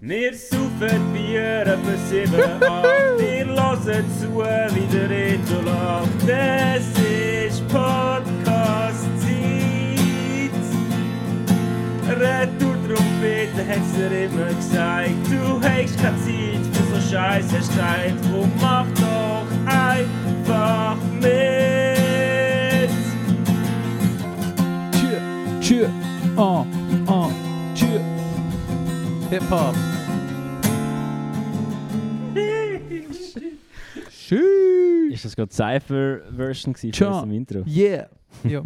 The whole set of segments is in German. Wir saufen Bier etwa 7 8. Wir hören zu, wie der Reto lacht. Es ist Podcast-Zeit. Retour-Trompete hat's dir immer gesagt. Du hast keine Zeit für so Scheiße Streit. Und mach doch einfach mit. Tschö, tschö, oh, oh, tschö. Hip-Hop. Tschüss. Ist das gerade die Cypher-Version gewesen Tja. von unserem Intro? Yeah. Ja.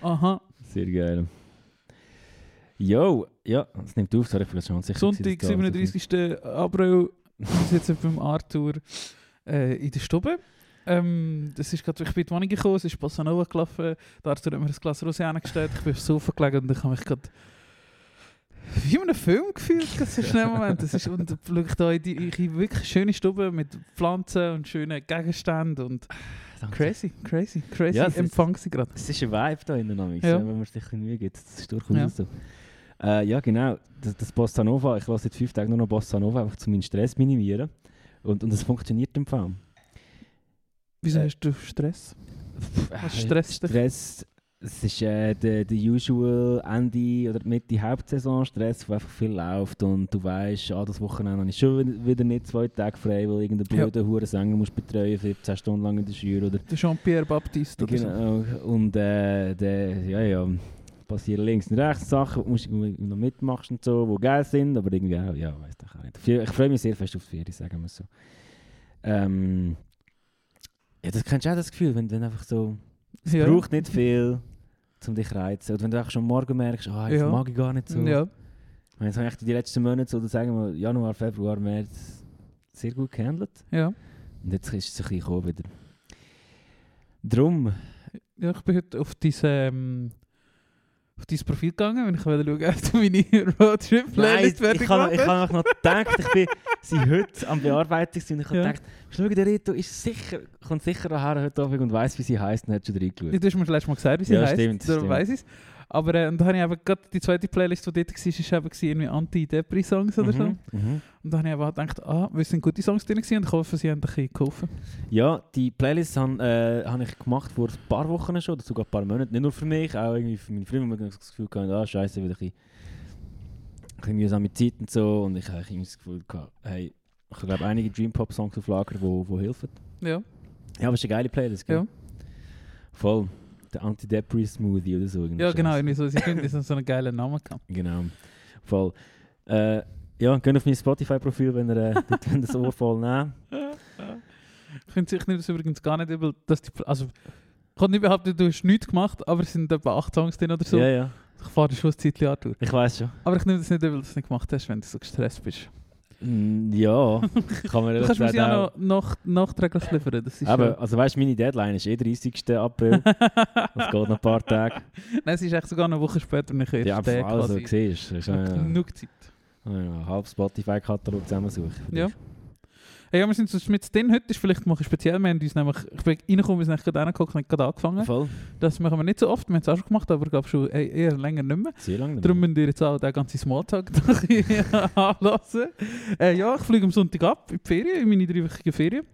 Aha. Sehr geil. Yo, ja, es nimmt auf, sorry, ich bin schon sicher. Sonntag, gewesen, dass das 37. April. Wir sitzen beim Arthur äh, in der Stube. Ähm, das ist gerade, ich bin in die Wohnung gekommen, es ist Bossa Nova gelaufen. Der Arthur hat mir ein Glas Rosé angestellt, ich bin auf dem Sofa gelegen und ich habe mich gerade wie in einem Film gefühlt, gerade so schnell im Moment. Das ist, und dann schaue ich da in die in die wirklich schöne Stube mit Pflanzen und schönen Gegenständen und Danke. crazy, crazy, crazy Ja, ja, es ist- Empfang sie gerade. Es ist ein Vibe da innen, ja. Ja. wenn man sich ein bisschen Mühe gibt. Das ist durchaus Ja. so. Äh, ja, genau. Das, das Bossa Nova, ich lasse seit fünf Tagen nur noch Bossa Nova, einfach um meinen Stress minimieren. Und, und das funktioniert im Fall. Wieso Äh, hast du Stress? Pff, Was äh, stresst dich? Stress, es ist äh, der der usual Ende oder Mitte Hauptsaison Stress, wo einfach viel läuft und du weißt, ah, das Wochenende habe ich schon wi- wieder nicht zwei Tage frei, weil irgendein Ja. blöder Hurensänger muss betreuen, 14 Stunden lang in der Schür oder Der Jean-Pierre Baptiste oder so. Genau, und äh, der, ja, ja, passieren links und rechts Sachen, musst du noch mitmachst und so, die geil sind, aber irgendwie auch, ja, weiß ich auch nicht. Auf jeden- Ich freue mich sehr fest auf die Ferien, sagen wir es so. Ähm, ja, das kennst du auch das Gefühl, wenn, wenn einfach so, es Ja. braucht nicht viel, um dich zu reizen. Oder wenn du einfach schon am morgen merkst, ah, jetzt Ja. mag ich gar nicht so. Ja. Ich meine, das habe ich echt die letzten Monate, oder sagen wir Januar, Februar, März, sehr gut gehandelt. Ja. Und jetzt ist es ein bisschen gekommen wieder. Drum, ja, ich bin heute auf dein, ähm, auf dein Profil gegangen, wenn ich wollte schauen ob du meine Roadtrip-Playlist Nein, fertig ich habe gemacht ich hast. hab noch gedacht, ich bin sie heute am Bearbeitung und ich habe Ja. gedacht, schau, der Rito ist sicher, kommt sicher nachher heute Abend und weiss, wie sie heisst und hat schon reingeschaut. Ja, Du hast mir das letzte Mal gesagt, wie sie Ja, heisst, stimmt, darum stimmt. weiss ich es. Aber äh, und da habe ich eben gerade die zweite Playlist, die dort war, ist eben gewesen, irgendwie Anti-Depri-Songs oder so. Mhm, mhm. Und da habe ich eben auch gedacht, ah, wir sind gute Songs drin gewesen und ich hoffe, sie haben ein bisschen geholfen. Ja, die Playlist han, äh, habe ich gemacht vor ein paar Wochen schon, oder sogar ein paar Monaten. Nicht nur für mich, auch irgendwie für meine Freunde, die das Gefühl hatten, ah, scheiße, wieder ein bisschen, ein bisschen mühsame Zeit und so. Und ich habe irgendwie das Gefühl gehabt, hey, ich habe glaube einige Dream-Pop-Songs auf Lager, die wo, wo helfen. Ja, Ja, aber es ist eine geile Playlist, gell? Ja. Voll. Der Anti-Depri-Smoothie oder so. irgendein ja genau, Scheiß. irgendwie so. Sie finden, dass es so einen geilen Namen gehabt. Genau. Voll. Äh, ja, geht auf mein Spotify-Profil, wenn ihr äh, dort wollt das Ohr voll nehmt. Ich finde sicher das übrigens gar nicht übel, dass die... Also, ich kann nicht behaupten, du hast nichts gemacht, aber es sind etwa acht Songs drin oder so. Ja, ja. Ich fahre schon ein Zeitchen an, du. Ich weiß schon. Aber ich nehme das nicht, weil du es nicht gemacht hast, wenn du so gestresst bist. Mm, ja, kann Du man ehrlich kannst mir gesagt sie auch auch. noch noch, nachträglich liefern. Das ist Aber, also weißt du, meine Deadline ist eh 30. April. Das geht noch ein paar Tage. Nein, es ist echt sogar eine Woche später nicht erst Ja, ja, einfach der alles, was quasi. du äh, siehst. Ich Ja. habe Genug Zeit. einen halben Spotify-Katalog zusammensuchen. für Ja. dich. Hey, ja, wir sind sonst mit denen heute ist vielleicht mal ein bisschen speziell. Wir haben uns nämlich, ich bin reingekommen, wir sind eigentlich gerade reingeguckt und haben gerade angefangen. Voll. Das machen wir nicht so oft, wir haben es auch schon gemacht, aber ich glaube schon eh- eher länger nicht mehr. Sehr lange. nicht Genau. Darum mehr. müsst ihr jetzt auch den ganzen Smalltalk noch ein bisschen anlassen. Äh, ja, ich fliege am Sonntag ab in die Ferien, in meine dreiwöchige Ferien.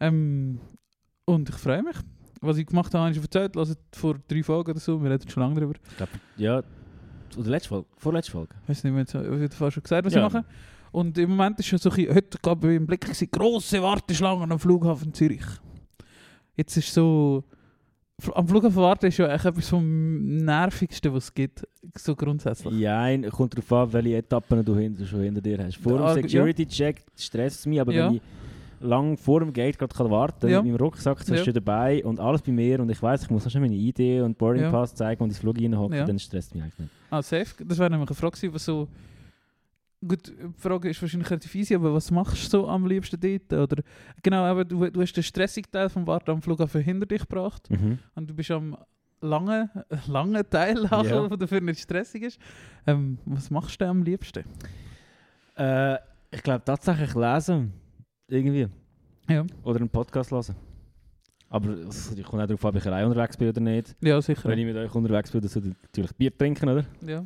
Ähm, und ich freue mich. Was ich gemacht habe, habe ich schon erzählt, hört vor drei Folgen oder so, wir reden schon lange darüber. Ich glaube, ja. Oder letzte Folge. Vorletzte Folge. Ich weiß nicht, mehr, jetzt habe ich habe vorhin schon gesagt, was Ja. ich mache. Und im Moment ist schon so ein bisschen, heute glaube ich im Blick, gewesen, grosse Warteschlangen am Flughafen Zürich. Jetzt ist so, am Flughafen warten ist ja echt etwas vom nervigsten, was es gibt, so grundsätzlich. Nein, kommt darauf an, welche Etappen dus du hinter, schon hinter dir hast. Vor Ah, dem gut, Security-Check stresst es mich, aber Ja. wenn ich lang vor dem Gate gerade kann warten Ja. mit meinem Rucksack so Ja. schon dabei und alles bei mir und ich weiß, ich muss noch schnell meine Idee und Boarding Ja. Pass zeigen und ins Flug reinhocken, Ja. dann stresst es mich eigentlich nicht. Ah, safe. Das wäre nämlich eine Frage gewesen, was so... Gut, die Frage ist wahrscheinlich relativ easy, aber was machst du so am liebsten dort? Oder, genau, aber du, du hast den stressigen Teil vom Warten am Flughafen hinter dich gebracht und du bist am langen, langen Teil angekommen, der dafür nicht stressig ist. Ähm, was machst du denn am liebsten? Äh, ich glaube tatsächlich lesen. Irgendwie. Ja, Oder einen Podcast lesen. Aber es kommt auch darauf an, ob ich allein unterwegs bin oder nicht. ja sicher. Mhm. Wenn ich mit euch unterwegs bin, dann sollte ich natürlich Bier trinken, oder? Ja.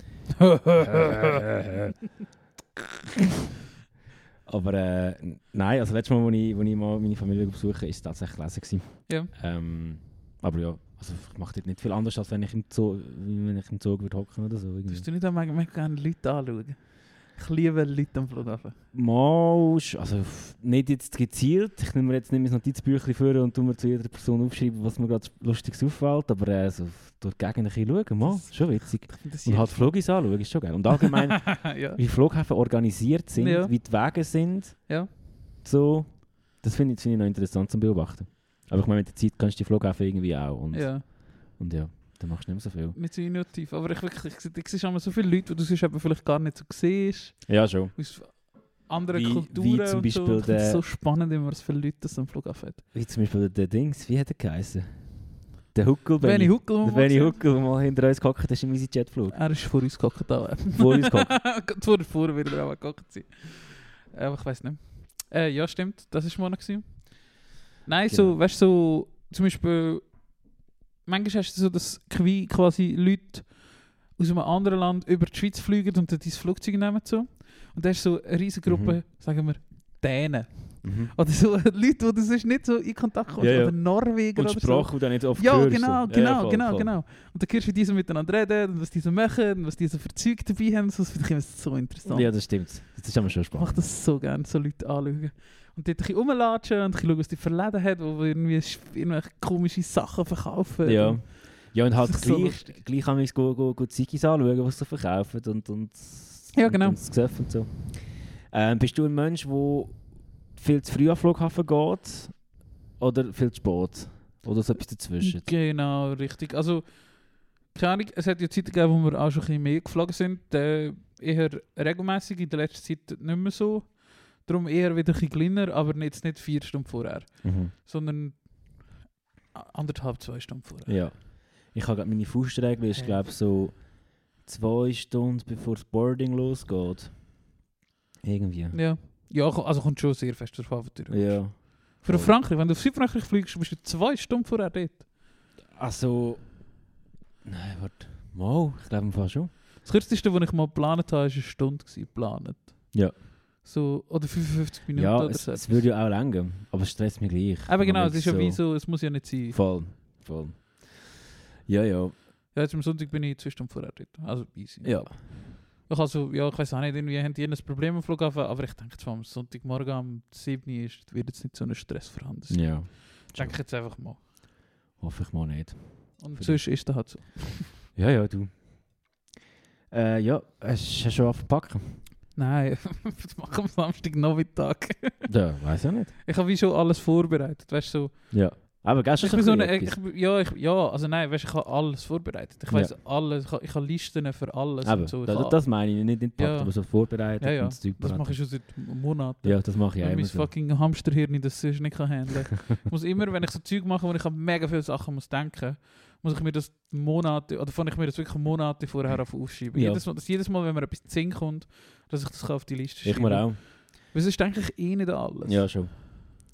Aber äh, n- nein, also letztes Mal, wo ich, wo ich mal meine Familie besuche, war es tatsächlich Lesen. Gewesen. Ja. Ähm, aber ja, also ich mache dort nicht viel anders, als wenn ich im Zoo, wenn ich im Zug würde hocken oder so. irgendwie. Tust du nicht einmal mega gerne Leute anschauen? Ich liebe Leute am Flughafen. Mal, sch- also f- nicht jetzt gezielt. Ich nehme mir jetzt nicht mein Notizbüchlein vor und tu mir zu jeder Person aufschreiben, was mir gerade lustiges auffällt. Aber äh, so f- durch die Gegend ein bisschen schauen, mal, Das- schon witzig. Ich finde das Und halt Flugis anschauen, ist schon geil. Und allgemein, ja. wie Flughäfen organisiert sind, Ja. wie die Wege sind. Ja. So, das finde ich, finde ich noch interessant zu beobachten. Aber ich meine, mit der Zeit kannst du die Flughäfen irgendwie auch. Und ja, ja. und ja dann machst du nicht mehr so viel. Nicht so innovativ. Aber ich wirklich, ich, ich sehe immer so viele Leute, die du sonst eben vielleicht gar nicht so siehst. Ja, schon. Aus anderen Wie- wie Kulturen zum und so. Beispiel Ich finde es der- so spannend, immer was viele Leute das am Flughafen hat. Wie zum Beispiel der, der Dings, wie hat der geheißen? Der Huckel. Benny Huckel, den wir Der Benny gesehen Huckel, der mal hinter uns gehockt ist im EasyJet-Flug. haben. Er ist vor uns gehockt. da. Vor uns gehockt. Gerade vor, vor wird er auch gehockt sein. Äh, Aber ich weiß nicht. Äh, ja, stimmt. Das war mal noch. Gewesen. Nein, so, Genau. weißt du, so, zum Beispiel, manchmal hast du so, dass qui- quasi Leute aus einem anderen Land über die Schweiz fliegen und dann dein Flugzeug nehmen. So. Und da ist so eine riesige Gruppe, Mhm. sagen wir, Dänen. Oder so Leute, die du sonst nicht so in Kontakt kommst. Ja, ja. Oder Norweger Und oder so. Sprache, die du nicht oft Ja, hörst. genau, so. genau, voll, genau, voll. genau. Und dann hörst du, wie die so miteinander reden und was die so machen und was die so für Zeug dabei haben. So, Das finde ich immer so interessant. Ja, das stimmt. Das ist immer schon Ich spannend. mache das so gerne, so Leute anschauen. Und dort ein bisschen rumlatschen und ein bisschen schauen, was die für Läden hat, wo irgendwie sch- irgendwelche komische Sachen verkaufen. Ja. Ja, und halt Das ist so gleich, lustig. gleich haben wir uns go- go- go die Zigis anschauen, was sie verkaufen und, und, Ja, und- genau. und das Gesöff und so. Ähm, bist du ein Mensch, der viel zu früh am Flughafen geht oder viel zu spät? Oder so etwas dazwischen? Genau, richtig. Also, keine Ahnung, es hat ja Zeiten gegeben, wo wir auch schon ein bisschen mehr geflogen sind. Äh, eher regelmäßig, in der letzten Zeit nicht mehr so. Darum eher wieder ein bisschen kleiner, aber jetzt nicht vier Stunden vorher, Mhm. sondern a- anderthalb, zwei Stunden vorher. Ja. Ich habe gerade meine Faustregel, ist Ja. glaube so zwei Stunden bevor das Boarding losgeht. Irgendwie. Ja, ja ko- also kommt schon sehr fest darauf an, was du tust. Ja. Für Frankreich, wenn du auf Südfrankreich fliegst, bist du zwei Stunden vorher dort. Also. Nein, warte. Mal, ich glaube im Fall schon. Das kürzeste, was ich mal geplant habe, war eine Stunde. Gewesen, geplant. Ja. So, oder 55 Minuten ja, oder es, so. es würde ja auch länger, aber es stresst mich gleich. Aber Wenn genau, man es ist ja wirklich wie so, es muss ja nicht sein. Voll, voll. Ja, ja, Ja, jetzt am Sonntag bin ich zwei Stunden vorher dort. Also easy. ja. Ich, also, ja, ich weiß auch nicht, irgendwie haben die ein Problem am Flughafen, aber ich denke zwar am Sonntagmorgen um 7 Uhr ist, wird jetzt nicht so ein Stress vorhanden sein. Ja, Denke ich jetzt einfach mal. hoffe ich mal nicht. Und Vielleicht. sonst ist das halt so. Ja, ja, du. Äh, ja, hast du schon anverpacken? Nein, das machen wir am Samstag Nachmittag. Ja, weiß ich nicht. ich habe wie schon alles vorbereitet, weißt du, so. Ja. Aber gestern Ich bin so eine, ich, bin- ja, ich, ja, also nein, weißt, du, ich habe alles vorbereitet. Ich Ja. weiß alles, ich habe, ich habe Listen für alles Aber und so. Ich das, habe- das meine ich nicht in den Pakt, Ja. aber so vorbereitet Ja, ja. und das Zeug das parat. mache ich schon seit Monaten. Ja, das mache ich auch Weil immer mein so. fucking Hamsterhirn das sonst nicht kann handeln Ich muss immer, wenn ich so Zeug mache, wo ich an mega viele Sachen muss denken muss, ich mir das dus Monate, oder fange ich mir das wirklich Monate vorher auf aufschreiben. Ja. Jedes, Mal, dass jedes Mal, wenn mir etwas in den Sinn kommt, dass ich das kann auf die Liste Ich mir auch. Weil sonst denke ich eh nicht an alles. Ja, schon.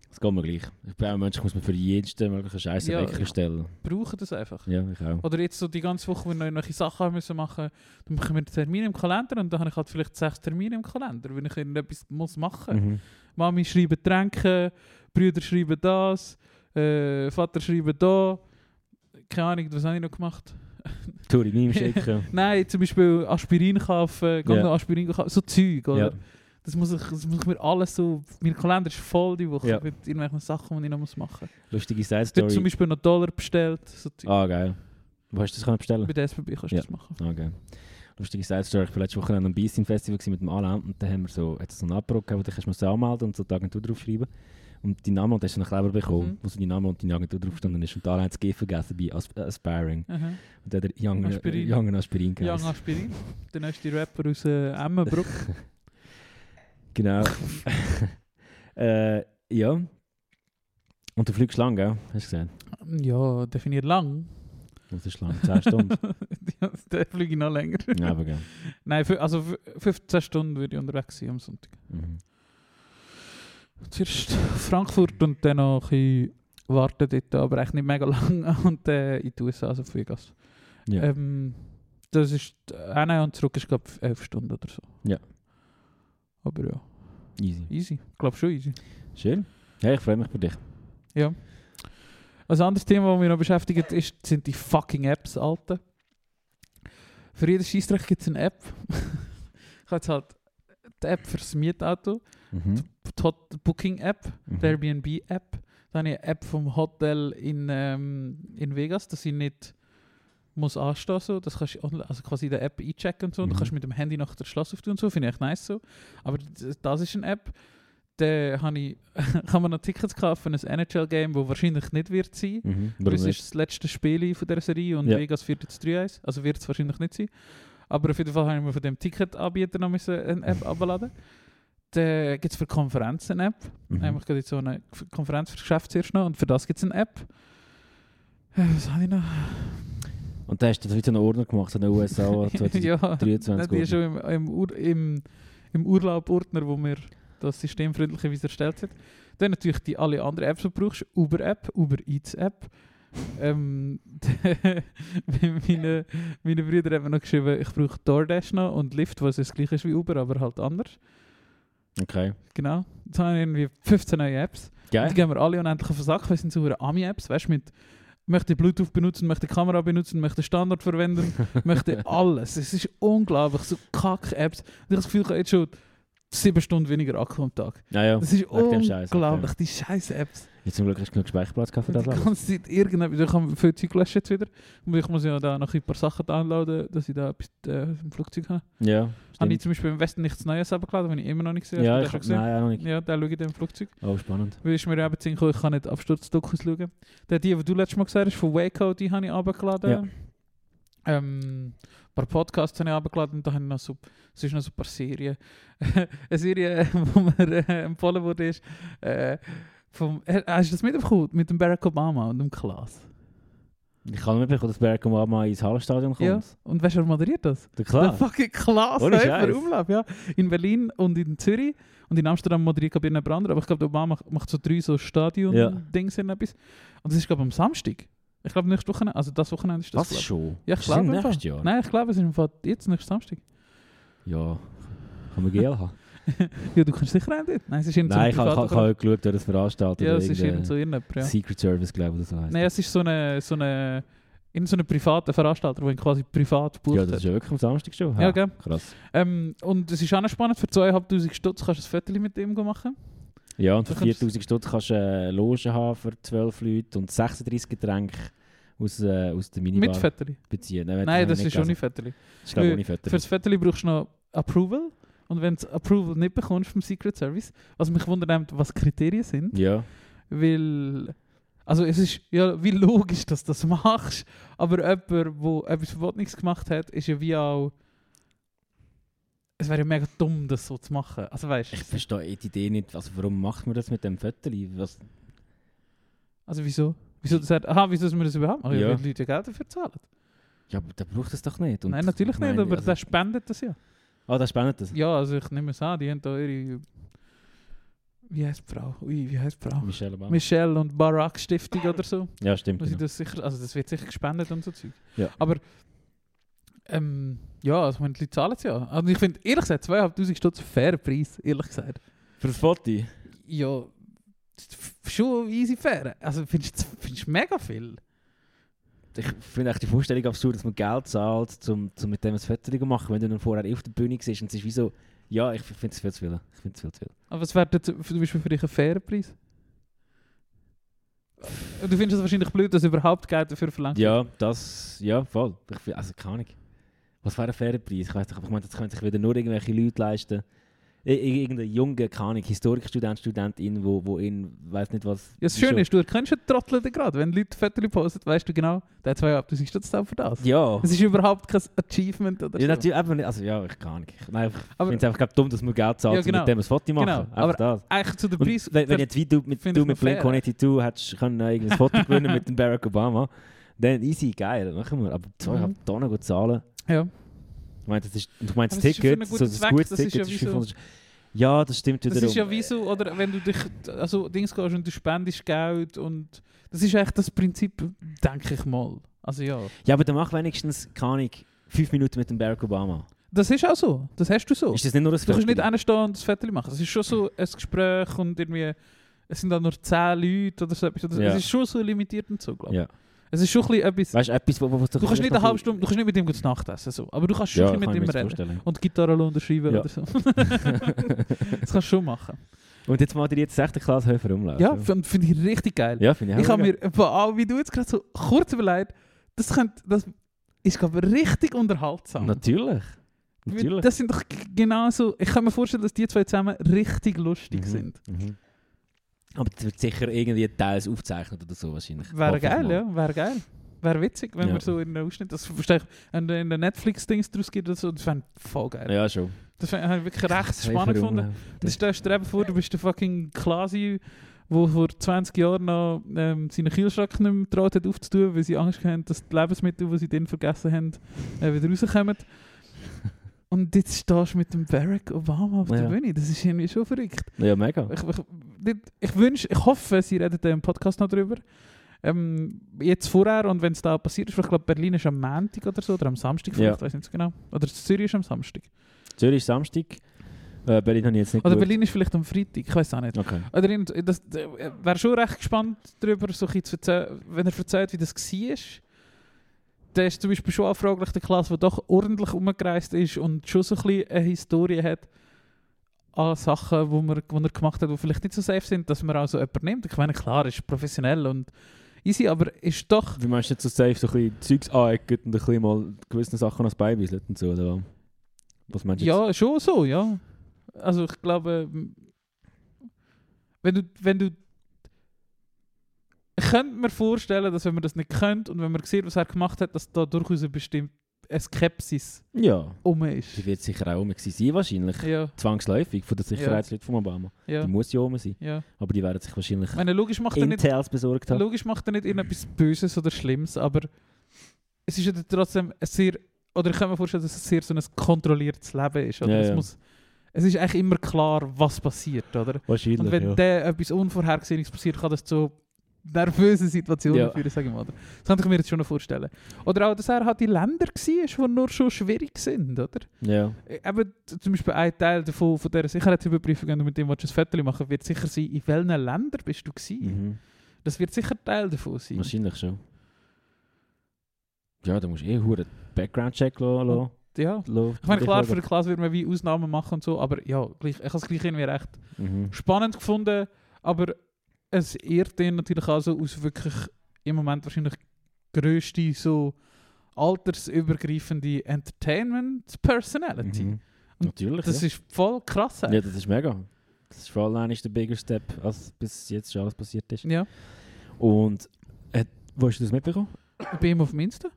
Das geht mir gleich. Ich bin auch ein Mensch, ich muss mir für jeden möglichen Scheiß Ja, ja, Wecker ich- stellen. Ich brauche das einfach. Ja, ich auch. Oder jetzt so die ganze Woche, wenn wir noch irgendwelche Sachen haben müssen machen dann machen wir Termine im Kalender und dann habe ich halt vielleicht sechs Termine im Kalender, wenn ich irgendetwas muss machen muss. Mhm. Mami schreibt Tränke, Brüder schreiben das, äh, Vater schreibt da. Keine Ahnung, was habe ich noch gemacht? Turi, Meme schicken. Nein, zum Beispiel Aspirin kaufen, geh Ja. noch Aspirin kaufen, so Zeug, oder? ja. Das, muss ich, das muss ich mir alles so... Mein Kalender ist voll die Woche Ja. mit irgendwelchen Sachen, die ich noch muss machen muss. Lustige Side Ich habe zum Story. Beispiel noch Dollar bestellt, so Zeug. Ah, geil. Wo hast du das können bestellen? Bei der SBB kannst du Ah. Ja. das machen. Ah, geil. Lustige Side Story. Ich war letzte Woche an einem Beastin Festival gewesen mit dem Alain und da haben wir so, hat es so einen Abbruch gehabt, wo du kannst musst anmelden und so die Agentur draufschreiben. Und dein Name und hast du einen Kleber bekommen, Mhm. wo so dein Name und deine Agentur draufstanden ist. Und der Alain hat das G vergessen bei As äh, Aspiring. Aha. Und der hat er Young Aspirin. Aspirin, Young Aspirin Young geheißen. Aspirin, der nächste Rapper aus äh, Emmenbruck. Genau. äh, ja. Und du fliegst lang, gell? Hast du gesehen? ja, definiert lang. Das ist lang, 10 Stunden. Ja, der fliege ich noch länger. ja, aber geil. Nein, fü- also fü- 15 Stunden würde ich unterwegs sein am Sonntag. Mhm. Zuerst Frankfurt und dann noch ein bisschen warten dort, aber eigentlich nicht mega lang. Und dann in die USA, also Ähm, Vegas. Ja. äh, Ähm, das ist, hin und zurück ist glaube ich 11 Stunden oder so. Ja. Aber ja, Easy. easy. Ich glaube schon easy. Schön. Hey, ich freue mich für dich. Ein anderes Thema, das mich noch beschäftigt, ist, sind die fucking Apps, Alter. Für jeden Scheißdreck gibt es eine App. ich habe jetzt halt die App fürs Mietauto, Mhm. die Hot- die Booking-App, die Mhm. Airbnb-App. Dann habe ich eine App vom Hotel in, ähm, in Vegas, dass ich nicht muss anstehen so. Das kannst du online, also quasi in der App einchecken und so. Du Mhm. kannst mit dem Handy nach der Schloss auftun und so. Finde ich echt nice so. Aber d- das ist eine App. Da habe ich- kann man noch Tickets kaufen für ein NHL-Game, das wahrscheinlich nicht wird sein. Mhm. Aber Warum es ist nicht? das letzte Spiel von dieser Serie und Ja. Vegas führt jetzt 3-1. Also wird es wahrscheinlich nicht sein. Aber auf jeden Fall habe ich mir von dem Ticketanbieter noch müssen eine App abladen. Dann gibt es für Konferenzen eine App. Mhm. Nämlich gerade jetzt so eine K- Konferenz für Geschäft zuerst noch und für das gibt es eine App. Äh, Was habe ich noch? Und da hast du so einen Ordner gemacht, so einen USA 2023. ja, nein, die ist schon Ordner. im, im, Ur, im, im Urlaubordner, wo mir das System freundlicherweise erstellt hat. Dann natürlich die alle anderen Apps, die du brauchst. Uber-App, Uber-Eats-App. ähm, meine, meine Brüder haben mir noch geschrieben, ich brauche DoorDash noch und Lyft, was das gleiche ist wie Uber, aber halt anders. Okay. Genau. Jetzt haben wir irgendwie 15 neue Apps. Geil. Die gehen wir alle unendlich auf den Sack, weil es sind so hure Ami-Apps, weißt du, mit möchte Bluetooth benutzen, möchte Kamera benutzen, möchte Standard verwenden, möchte alles. Es ist unglaublich, so Kack-Apps. Und Ich habe das Gefühl, ich habe jetzt schon sieben Stunden weniger Akku am Tag. Ja, ja. Das ist Wegen dem Scheiß, unglaublich, die scheiß Apps. Ja, zum Glück hast du genug Speicherplatz gehabt für Und das die alles. ganze Zeit irgendetwas, ich habe viel Zeug gelöscht jetzt wieder. Und ich muss ja da noch ein paar Sachen downloaden, dass ich da etwas äh, im Flugzeug habe. Ja, Habe ich stimmt. zum Beispiel im Westen nichts Neues abgeladen, wenn ich immer noch nicht gesehen Ja, Hast ich du hab, den schon nein, ja, noch nicht. gesehen? Ja, da schaue ich dann im Flugzeug. Oh, spannend. Weil ich mir eben Sinn gekommen, ich kann nicht Absturzdokus schauen. Der, die, die du letztes Mal gesagt hast, von Waco, die habe ich runtergeladen. Ja. Ähm, ein paar Podcasts habe ich runtergeladen und da habe ich noch so, es ist noch so ein paar Serien. Eine Serie, die mir äh, empfohlen wurde, ist äh, vom, äh, hast du das mitbekommen? Mit dem Barack Obama und dem Klaas. Ich kann mitbekommen, dass Berg mal ins Hallenstadion kommt. Ja. Und weißt du, wer moderiert das? Der Der Klar. fucking Klaas, Ohne einfach Scheiß. Umlauf, ja. In Berlin und in Zürich und in Amsterdam moderiert glaube ich jemand anderer, aber ich glaube, der Obama macht- macht so drei so Stadion-Dings in etwas. Und das ist glaube ich am Samstag. Ich glaube, nächstes Wochenende, also das Wochenende ist das, Was glaub ich. schon? Ja, ich Ist das im glaube einfach. nächsten Jahr? Nein, ich glaube, es ist im Fall jetzt, nächstes Samstag. Ja. Kann man GL haben? Ja, du kannst sicher rein dort. Nein, es ist irgend so Nein, ein ich habe privater- heute geschaut, wer das veranstaltet. Ja, es ist irgendein irgend so irgendjemand, ja. Secret Service, glaube ich, oder so heisst. Nein, es ist so eine, so eine, irgend so eine private Veranstalter, der ihn quasi privat das. gebucht ja, das hat. ist ja wirklich am Samstag schon. Ja, gell. Krass. Ähm, und es ist auch noch spannend, für 2'500 Stutz kannst du ein Foto mit ihm machen. Ja, und für Da kannst- 4000 Stutz kannst du äh, Logen haben für 12 Leute und 36 Getränke aus, äh, aus der Minibar Mit Foto. beziehen. Nein, Nein, das habe ich ist nicht ohne gelesen. Vetterli. Das ist, glaube ich, Weil ohne Vetter. Für das Vetterli brauchst du noch Approval. Und wenn du das Approval nicht bekommst vom Secret Service, was mich wundert, nimmt, was die Kriterien sind, Ja. weil... Also es ist ja wie logisch, dass du das machst, aber jemand, der etwas Verbotenes gemacht hat, ist ja wie auch... Es wäre ja mega dumm, das so zu machen. Also weißt Ich du, verstehe die Idee nicht. Also, warum macht man das mit dem Vetterli? Was? also wieso? Wieso das hat, aha, wieso dass wir das überhaupt machen? Ja. Ja. Weil die Leute ja Geld dafür zahlen. Ja, aber der braucht das doch nicht. Und Nein, natürlich ich meine, nicht, aber also- der spendet das ja. Ah, das spendet das. Ja, also ich nehme es an, die haben da ihre. Wie heißt die Frau? Ui, wie heißt die Frau? Michelle Obama. Michelle und Barack Stiftung oder so. ja, stimmt. Wo sie Genau. das, sicher, also das wird sicher gespendet und so Zeug. Ja. Aber ähm, ja, also ich meine, die Leute zahlen es ja. Also ich finde, ehrlich gesagt, 2'500 Stutz ein fairer Preis, ehrlich gesagt. Für das Foto? Ja, f- schon easy fair. Also findest du findest du mega viel. Ich finde echt die Vorstellung absurd, dass man Geld zahlt, um, um mit dem ein Foto zu machen, wenn du dann vorher auf der Bühne siehst. Und es ist wie so, ja, ich finde es viel zu viel. Ich finde es viel zu viel. Aber was wäre denn zu- zum Beispiel für dich ein fairer Preis? Du findest es wahrscheinlich blöd, dass überhaupt Geld dafür verlangt wird. Ja, das, ja, voll. Ich, find- also, keine Ahnung. Was wäre ein fairer Preis? Ich weiß nicht, aber ich meine, das können sich wieder nur irgendwelche Leute leisten. Ir- ir- Irgendein junger, keine Ahnung, Historikstudent, Studentin, wo, wo in, weiß nicht was... Ja, das wieso- Schöne ist, du erkennst einen Trottel dann gerade. Wenn Leute Fotos posten, weißt du genau, der hat 2'500 Stutz auch für das. Ja. Es ist überhaupt kein Achievement oder Ja, so. natürlich, eben nicht. Also, ja, ich kann nicht. Ich, nein, ich Aber- finde es einfach glaub, dumm, dass man Geld zahlt, Ja, um genau. mit dem ein Foto machen. Genau, Einfach aber- das. Eigentlich zu dem Und Preis. wenn, wenn jetzt wie du mit, find du ich mit noch fair. Blink-182 hättest können ein Foto gewinnen mit dem Barack Obama, dann easy, geil, machen wir. Aber Mhm. 2,5 Tonnen gut zahlen. ja. Ich meine, das, ist, ich meine, das Aber es ist für Ticket, einen so, guten das Zweck, gutes das ist Ticket ja ist wie so- 500 Ja, das stimmt Das wiederum. ist ja wie so, oder wenn du dich, also Dings gehst und du spendest Geld und das ist echt das Prinzip, denke ich mal. Also ja. ja, aber dann mach wenigstens, keine Ahnung, 5 Minuten mit dem Barack Obama. Das ist auch so. Das hast du so. Ist das nicht nur ein Oh. Du kannst Viertel? nicht hinstehen und das Foto machen. Es ist schon so ein Gespräch und irgendwie, es sind dann nur 10 Leute oder so etwas. Oder so. Ja. Es ist schon so limitiert und so, glaube ich. Ja. Es ist schon ein bisschen etwas... Weißt du, etwas, wo, wo, was Du kannst nicht eine halbe Stunde, du kannst nicht mit ihm gut Nacht essen, so. aber du kannst schon ja, ein bisschen kann ich mit ihm mir reden. jetzt vorstellen. Und die Gitarre unterschreiben Ja. oder so. das kannst du schon machen. Und jetzt mal dir jetzt 6. Klasse höher rumlaufen. Ja, finde find ich richtig geil. ja finde ich auch. ich habe mega. mir, wow, wie du jetzt gerade so kurz überlegt, das, könnte, das ist glaube ich, richtig unterhaltsam. Natürlich. Weil Natürlich. Das sind doch g- genau so, ich kann mir vorstellen, dass die zwei zusammen richtig lustig Mhm, sind. mhm. Aber es wird sicher irgendwie teils aufgezeichnet oder so wahrscheinlich. Hoffe Wäre ich geil, mal. ja, wäre geil. Wäre witzig, wenn Ja. wir so in einem Ausschnitt, das verstehe ich, wenn da in den Netflix-Dings draus gibt oder so, das fände ich voll geil. Ja, schon. Das fände ich wirklich recht Höher spannend gefunden. rumlaufen. Das stellst du dir eben vor, du bist der fucking Klasi, der vor 20 Jahren noch ähm, seinen Kühlschrank nicht mehr getraut hat aufzutun, weil sie Angst hatten, dass die Lebensmittel, die sie dann vergessen haben, äh, wieder rauskommen. Und jetzt stehst du mit dem Barack Obama auf der Ja. Bühne. Das ist irgendwie schon verrückt. Ja, mega. Ich, ich, dit- ich wünsche, ich hoffe, sie reden im Podcast noch drüber. Ähm, jetzt vorher und wenn es da passiert ist, weil ich glaube, Berlin ist am Montag oder so, oder am Samstag, vielleicht, ich weiß nicht so genau. Oder Zürich ist am Samstag. Zürich ist Samstag. Äh, Berlin habe ich jetzt nicht Oder geschaut. Berlin ist vielleicht am Freitag, ich weiß auch nicht. Okay. Oder in, das äh, wäre schon recht gespannt darüber, so ein bisschen zu erzählen, wenn er erzählt, wie das war. Dann ist zum Beispiel schon anfraglich der Klasse, die doch ordentlich umgereist ist und schon so ein bisschen eine eh, Historie hat an Sachen, eh, wo, man, wo er gemacht hat, die vielleicht nicht so safe sind, dass man also jemanden nimmt. Ich meine, klar, ist professionell und easy, aber ist doch... Wie meinst du jetzt so safe, so ein bisschen Zeugs aneignet und ein bisschen mal gewisse Sachen ans Bein wisselt und so, oder was? was? meinst du jetzt? Ja, schon so, ja. Also ich glaube, m- wenn du, wenn du ich könnte mir vorstellen, dass wenn man das nicht könnt und wenn man sieht, was er gemacht hat, dass da durchaus eine bestimmte eine Skepsis Ja. um Die ist. wird sicher auch rum gewesen sein, wahrscheinlich. Ja, Zwangsläufig, von der Sicherheitsleute von Obama. ja, Die muss ja rum sein. ja. Aber die werden sich wahrscheinlich Ich meine, logisch macht er nicht, Intels besorgt haben. logisch macht er nicht irgendetwas Böses oder Schlimmes, aber es ist ja dann trotzdem ein sehr, oder ich kann mir vorstellen, dass es sehr so ein kontrolliertes Leben ist. Oder? Ja, es, ja. Muss, es ist eigentlich immer klar, was passiert, oder? Wahrscheinlich, Und wenn ja. der etwas Unvorhergesehenes passiert, kann das zu nervösen Situationen Ja. führen, sage ich mal. oder? Das könnte ich mir jetzt schon noch vorstellen. Oder auch, dass er halt in Länder war, die nur schon schwierig sind, oder? ja. Eben z- zum Beispiel ein Teil davon, von dieser Sicherheitsüberprüfung, wenn du mit dem willst, ein Foto machen wird sicher sein, in welchen Ländern bist du gewesen. Mhm. Das wird sicher Teil davon sein. Wahrscheinlich schon. Ja, da musst du eh einen Background-Check lassen. lassen- Ja. lassen- Ich meine, klar, für die lassen. Klasse würde man wie Ausnahmen machen und so, aber ja, gleich, ich habe es gleich irgendwie recht Mhm. spannend gefunden, aber es ehrt ihn natürlich auch so aus wirklich im Moment wahrscheinlich grösste so altersübergreifende Entertainment Personality. Mhm. Und Natürlich, Das ja. ist voll krass. ja, das ist mega. Das ist vor allem ist der bigger step, als bis jetzt schon alles passiert ist. Ja, Und, äh, wo hast du das mitbekommen? ich bin ihm auf dem Insta.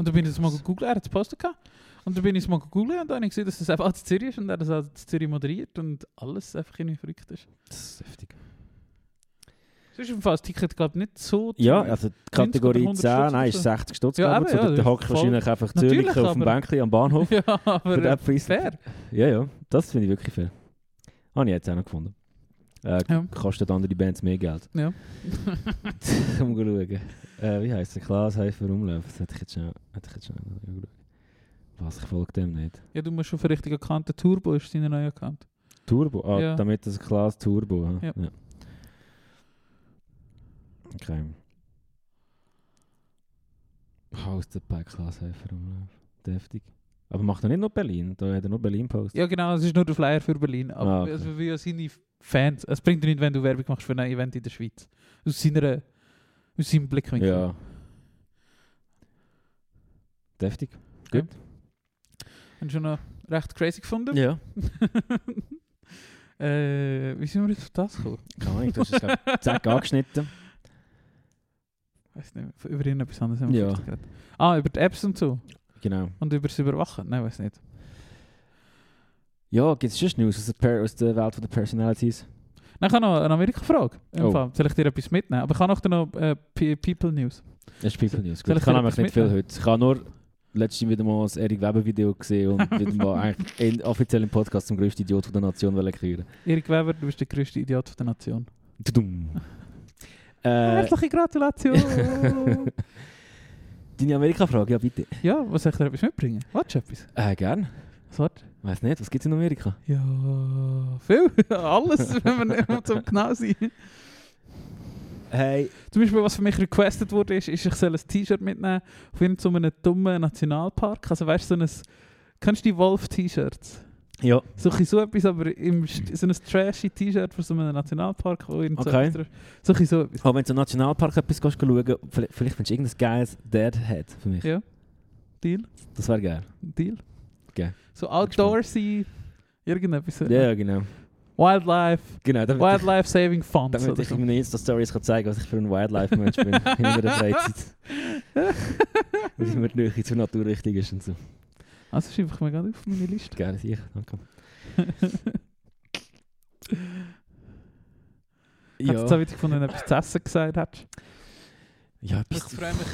Und dann bin ich das mal gegoogelt, er hat es gepostet. gehabt. Und dann bin ich es mal gegoogelt und dann habe ich gesehen, dass das einfach als Zürich ist und er das als Zürich moderiert und alles einfach irgendwie verrückt ist. Das ist heftig. Sonst im Fall das Ticket, glaube ich, nicht so Ja, teuer. also die Kategorie 100 10, Stutz nein, oder ist 60 Stutz, Ja, glaube eben, ich. ja, so, das der ist der hockt voll- wahrscheinlich einfach Natürlich, Zürich auf dem aber- Bänkchen am Bahnhof. ja, für aber den äh, Preis. fair. Ja, ja, das finde ich wirklich fair. Habe ich jetzt auch noch gefunden. Äh, Ja. Kostet andere Bands mehr Geld. Ja. Mal schauen. Äh, wie heisst der? Klaas Heifer rumläuft. Das hätte ich jetzt schon, hätte ich jetzt schon schauen. Was, ich folge dem nicht. Ja, du musst schon für richtig erkannt. Der Turbo ist seine neue Account. Turbo? Ah, Ja. damit das Klaas Turbo. ah, hä? Ja. Okay. Haus der bei Klaas Heifer rumläuft. ne? Deftig. Aber macht er nicht nur Berlin? Da hat er nur Berlin postet. Ja, nou, genau, es ist nur der Flyer für Berlin. Aber Ah, okay. also, wie ja seine Fans. Es bringt dir nicht, wenn du Werbung machst für ein Event in der Schweiz. Aus, seiner, aus seinem Blickwinkel. Ja. Deftig. Gut. Haben schon noch recht crazy gefunden. Ja. Äh, wie sind wir jetzt auf das gekommen? Keine Ahnung, du hast es glaub ich, zack angeschnitten. Weiß nicht, über irgendetwas anderes haben wir Ja. vielleicht geredet. Ah, über die Apps und so. Genau. Und über das Überwachen. Nein, weiß nicht. Ja, gibt es sonst News aus der, per aus der Welt der Personalities? Dann kann ich noch eine Amerika-Frage. Im Oh. Fall. Soll ich dir etwas mitnehmen? Aber ich habe noch äh, P- People News. Das ist People News. Soll Gut, ich ich kann dir nämlich etwas nicht viel mitnehmen? heute. Ich habe nur letztens wieder mal das Erik Weber Video gesehen und wieder mal eigentlich in, offiziell im Podcast zum größten Idiot von der Nation wollen küren. Erik Weber, dus du bist der größte Idiot von der Nation. Tudum. Äh, Herzliche Gratulation! deine Amerika-Frage, ja bitte. Ja, was soll ich dir etwas mitbringen? Willst du etwas? Äh, gern. Sort? Weiß nicht, was gibt es in Amerika? Ja, viel. Alles, wenn wir nicht mal zum genau sein. Hey. Zum Beispiel, was von mich requested wurde, ist, ist ich soll ein T-Shirt mitnehmen von so einem dummen Nationalpark. Also weißt du, so ein... Kennst du die Wolf-T-Shirts? Ja. So, ein bisschen so etwas, aber im, St- so ein trashy T-Shirt von so einem Nationalpark. Wo irgend so Okay. etwas drauf- So ein bisschen so etwas. Aber wenn du im Nationalpark etwas gehst, schauen, vielleicht, vielleicht findest du irgendein geiles Deadhead für mich. Ja. Deal. Das wäre geil. Deal. Geil. So outdoorsy, irgendetwas. Ja, ja, genau. Wildlife, Genau, damit, Wildlife Saving Funds. damit oder ich so. in meinen Insta-Stories kann zeigen was ich für ein Wildlife-Mensch bin in meiner Freizeit. Und wie mir die Nähe zur Natur richtig ist und so. Also schreibe ich mir gerade auf meine Liste. Gerne, sicher. Danke. Ja. Hättest du auch wieder gefunden, wenn du etwas zu essen gesagt hast? Ja, Ich etwas. freue mich,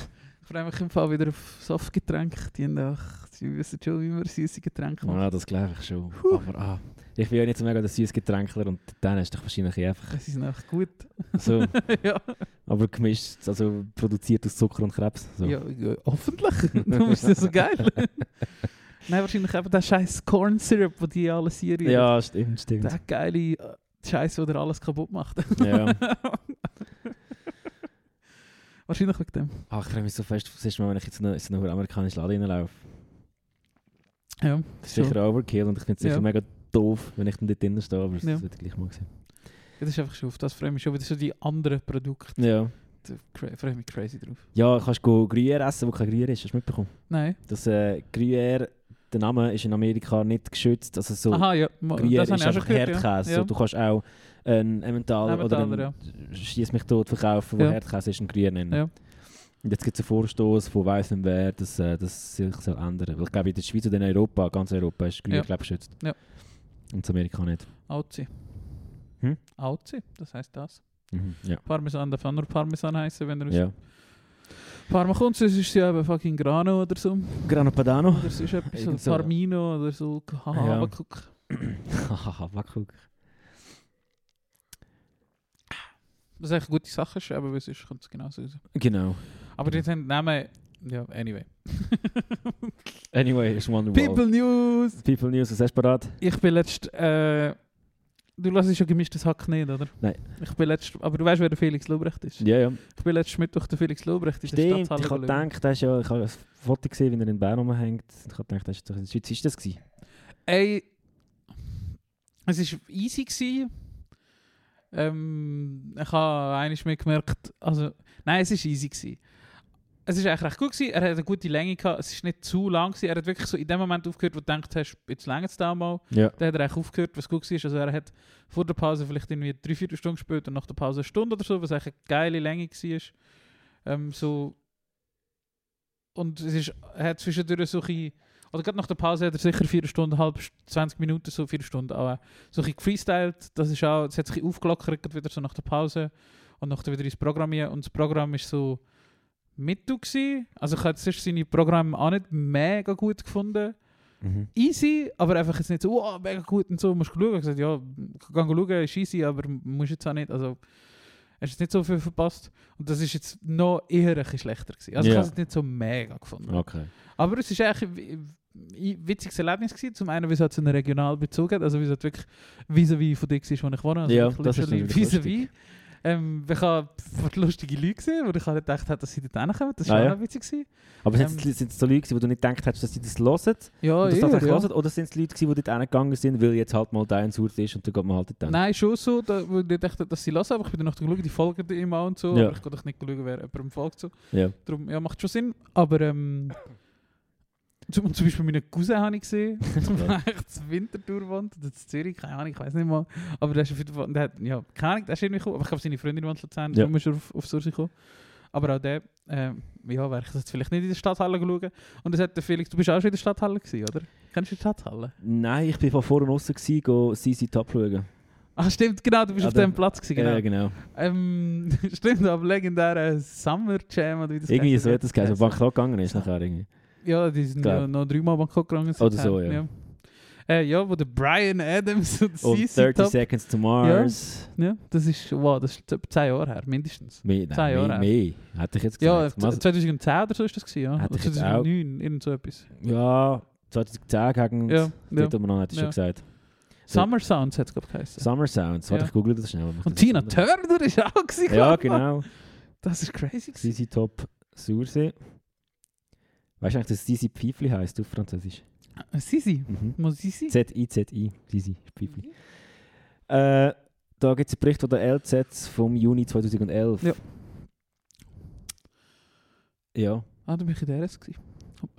ich freue mich im Fall wieder auf Softgetränke. Die Nacht. Sie wissen schon, wie wir süße Getränke machen. Ja, das glaube ich schon. Aber ah, ich bin ja nicht so mega der süße Getränkler und dann ist doch wahrscheinlich eh einfach Sie sind einfach gut. so. ja. Aber gemischt, also produziert aus Zucker und Krebs. So. Ja, ja, eh, hoffentlich. Darum ist das so geil. Nein, wahrscheinlich eben der scheiß Corn Syrup, den die alle Serien. Ja, stimmt, stimmt. Der geile äh, Scheiß, der dir alles kaputt macht. Ja. Wahrscheinlich wegen dem. Ah, ich freue mich so fest, das erste Mal, wenn ich jetzt in einen so eine amerikanischen Laden reinlaufe. Ja. Das ist sicher Overkill und ich finde es sicher Ja. mega doof, wenn ich dann dort drinnen stehe, aber Ja. das wird gleich mal gesehen. Ja, Das ist einfach schon auf das freue ich mich schon wieder so die anderen Produkte. Ja. Da cra- freue ich mich crazy drauf. Ja, kannst du Gruyère essen, wo kein Gruyère ist, hast du mitbekommen? Nein. Das äh, Gruyère, der Name ist in Amerika nicht geschützt, also so... Aha, ja. mo- Gruyère Das habe ich ist auch schon einfach gehört. Herdkäse. Ja. So, du kannst auch einen Emmentaler, oder Emmentaler, einen Schiess mich tot verkaufen, wo Ja. Herdkäse ist und Gruyère nennen. Ja. Und jetzt gibt es einen Vorstoß von weiss nicht wer, dass äh, das sich soll ändern Weil ich glaube, in der Schweiz und in Europa, ganz Europa, ist Gruyère Ja. glaub ich, geschützt. Ja. Und in Amerika nicht. Auzi. Hm? Auzi, das heisst das. Mhm. Ja. Parmesan darf auch nur Parmesan heißen, wenn er dus aus ja. Parma kommt, sonst ist sie eben fucking Grano oder so. Grano Padano. Oder sonst dus etwas, Irgend so so, ja. Parmino oder so. Haha, Ja. Habakuk. Haha, Backhook. Das ist eigentlich eine gute Sache, ist, aber weil sonst kommt es genauso raus. Genau. Aber die haben Namen... Ja, anyway. Anyway, ist Wonderwall. People News! People News, was hast du parat? Ich bin letzt. Äh, du lässt ja gemischtes Hack nicht, oder? Nein. Ich bin letzt, aber du weißt, wer der Felix Lobrecht ist. Ja, ja. Ich bin letztes Mittwoch der Felix Lobrecht in der Stimmt, Stadthalle. ich habe gelaufen. gedacht, das ist ja, ich habe ein Foto gesehen, wie er in Bern rumhängt. Ich habe gedacht, das ist doch in der Schweiz. Ist das gewesen? Ey, es war easy. Gewesen. Ähm, ich habe eines mehr gemerkt, also, nein, es war easy. Gewesen. Es war eigentlich recht gut, gewesen. er hat eine gute Länge gehabt, es war nicht zu lang. Gewesen. Er hat wirklich so in dem Moment aufgehört, wo du gedacht hast, jetzt länger es da mal. Ja. Dann hat er eigentlich aufgehört, was gut war. Also er hat vor der Pause vielleicht irgendwie drei, vier Stunden gespielt und nach der Pause eine Stunde oder so, was eigentlich eine geile Länge war. Ähm, so. Und es ist, er hat zwischendurch so ein bisschen- oder gerade nach der Pause hat er sicher vier Stunden, halb, 20 Minuten, so vier Stunden, aber so ein bisschen gefreestylt, das ist auch, es hat sich ein bisschen aufgelockert, gerade wieder so nach der Pause und nachher wieder ins Programm hier. und das Programm ist so mittel gewesen. Also ich habe zuerst seine Programme auch nicht mega gut gefunden, Mhm. easy, aber einfach jetzt nicht so, wow, mega gut und so, musst du schauen. Ich gesagt, ja, kann schauen, ist easy, aber musst jetzt auch nicht, also hast jetzt nicht so viel verpasst. Und das ist jetzt noch eher ein bisschen schlechter gewesen. Also ich Ja. habe es nicht so mega gefunden. Okay. Aber es war eigentlich ein wi- wi- witziges Erlebnis. Gewesen. Zum einen, weil es halt so einen regionalen Bezug hat, also weil es halt wirklich vis-à-vis von dir war, wo ich wohne. Also Ja, wirklich das ist literally natürlich vis-à-vis. Ähm, ich habe paar lustige Leute gesehen, wo ich halt gedacht habe, dass sie dort hinkommen. Das war Ah, auch ja. noch witzig. Gewesen. Aber Ähm, sind es sind es so Leute, gewesen, wo du nicht gedacht hast, dass sie das hören? Ja, und das tatsächlich hören? Oder sind es Leute, gewesen, die dort hingegangen sind, weil jetzt halt mal dein Surt ist und dann geht man halt dort hin? Nein, schon so, da, wo ich dachte, dass sie lassen, aber ich bin dann noch geschaut, die folgen dir immer und so, Ja. aber ich konnte doch nicht schauen, wer jemandem folgt. So. Ja. Darum, ja, macht schon Sinn, aber ähm, zum, zum Beispiel meinen Cousin habe ich gesehen, der eigentlich zu Winterthur wohnt, oder zu Zürich, keine Ahnung, ich weiß nicht mal, aber der ist auf jeden Fall, der hat, ja, keine Ahnung, der ist irgendwie gekommen, aber ich glaube, seine Freundin wohnt in Luzern, Ja. darum ist er auf, auf Sursi gekommen. Aber auch der, ähm, ja, wäre ich jetzt vielleicht nicht in der Stadthalle schauen. Und das hat der Felix, du bist auch schon in der Stadthalle gewesen, oder? Kennst du die Stadthalle? Nein, ich bin von vorne draußen, go CC Top schauen. Ah, stimmt, genau, du bist Ja, auf der- dem Platz gewesen, genau. Ja, genau. Ähm, stimmt, am legendären eh, Summer Jam oder wie das Irgendwie heisst, so hat das geheißen, wo heisst. Bangkok gegangen ist Ja. nachher irgendwie. Ja, die sind Glaub. ja noch dreimal Bangkok gegangen. Oder so, seither, ja. Ja, äh, ja wo der Brian Adams und Und CC 30 Top. Seconds to Mars. Ja, das ist, wow, das ist etwa 10 Jahre her, mindestens. Mehr, nein, Zehn Jahre mehr, mehr. Hätte ich jetzt Ja, gesagt. Mas- Ah, 2010 oder so ist das gewesen, ja. Hätte Oder ich jetzt auch- 2009, irgend so etwas. ja, 2010 gegen Ja, ja. Dort umeinander, hat er Ja. schon gesagt. Summer Sounds hat es, glaube ich, geheißen. Summer Sounds, warte, Ja. ich google das schnell. Und Tina Turner ist auch gewesen, Ja, nou. glaub ich. genau. Das ist crazy. gewesen. CC Top Sursee. Weißt du eigentlich, dass CC Pfeifli heisst auf Französisch? Äh, Sisi. Mhm. Muss Sisi? Z-I-Z-I, CC Pfeifli. Äh, da gibt es einen Bericht von der LZ vom Juni 2011. Ja. Ja, Ah, da bin ich in der S. gewesen.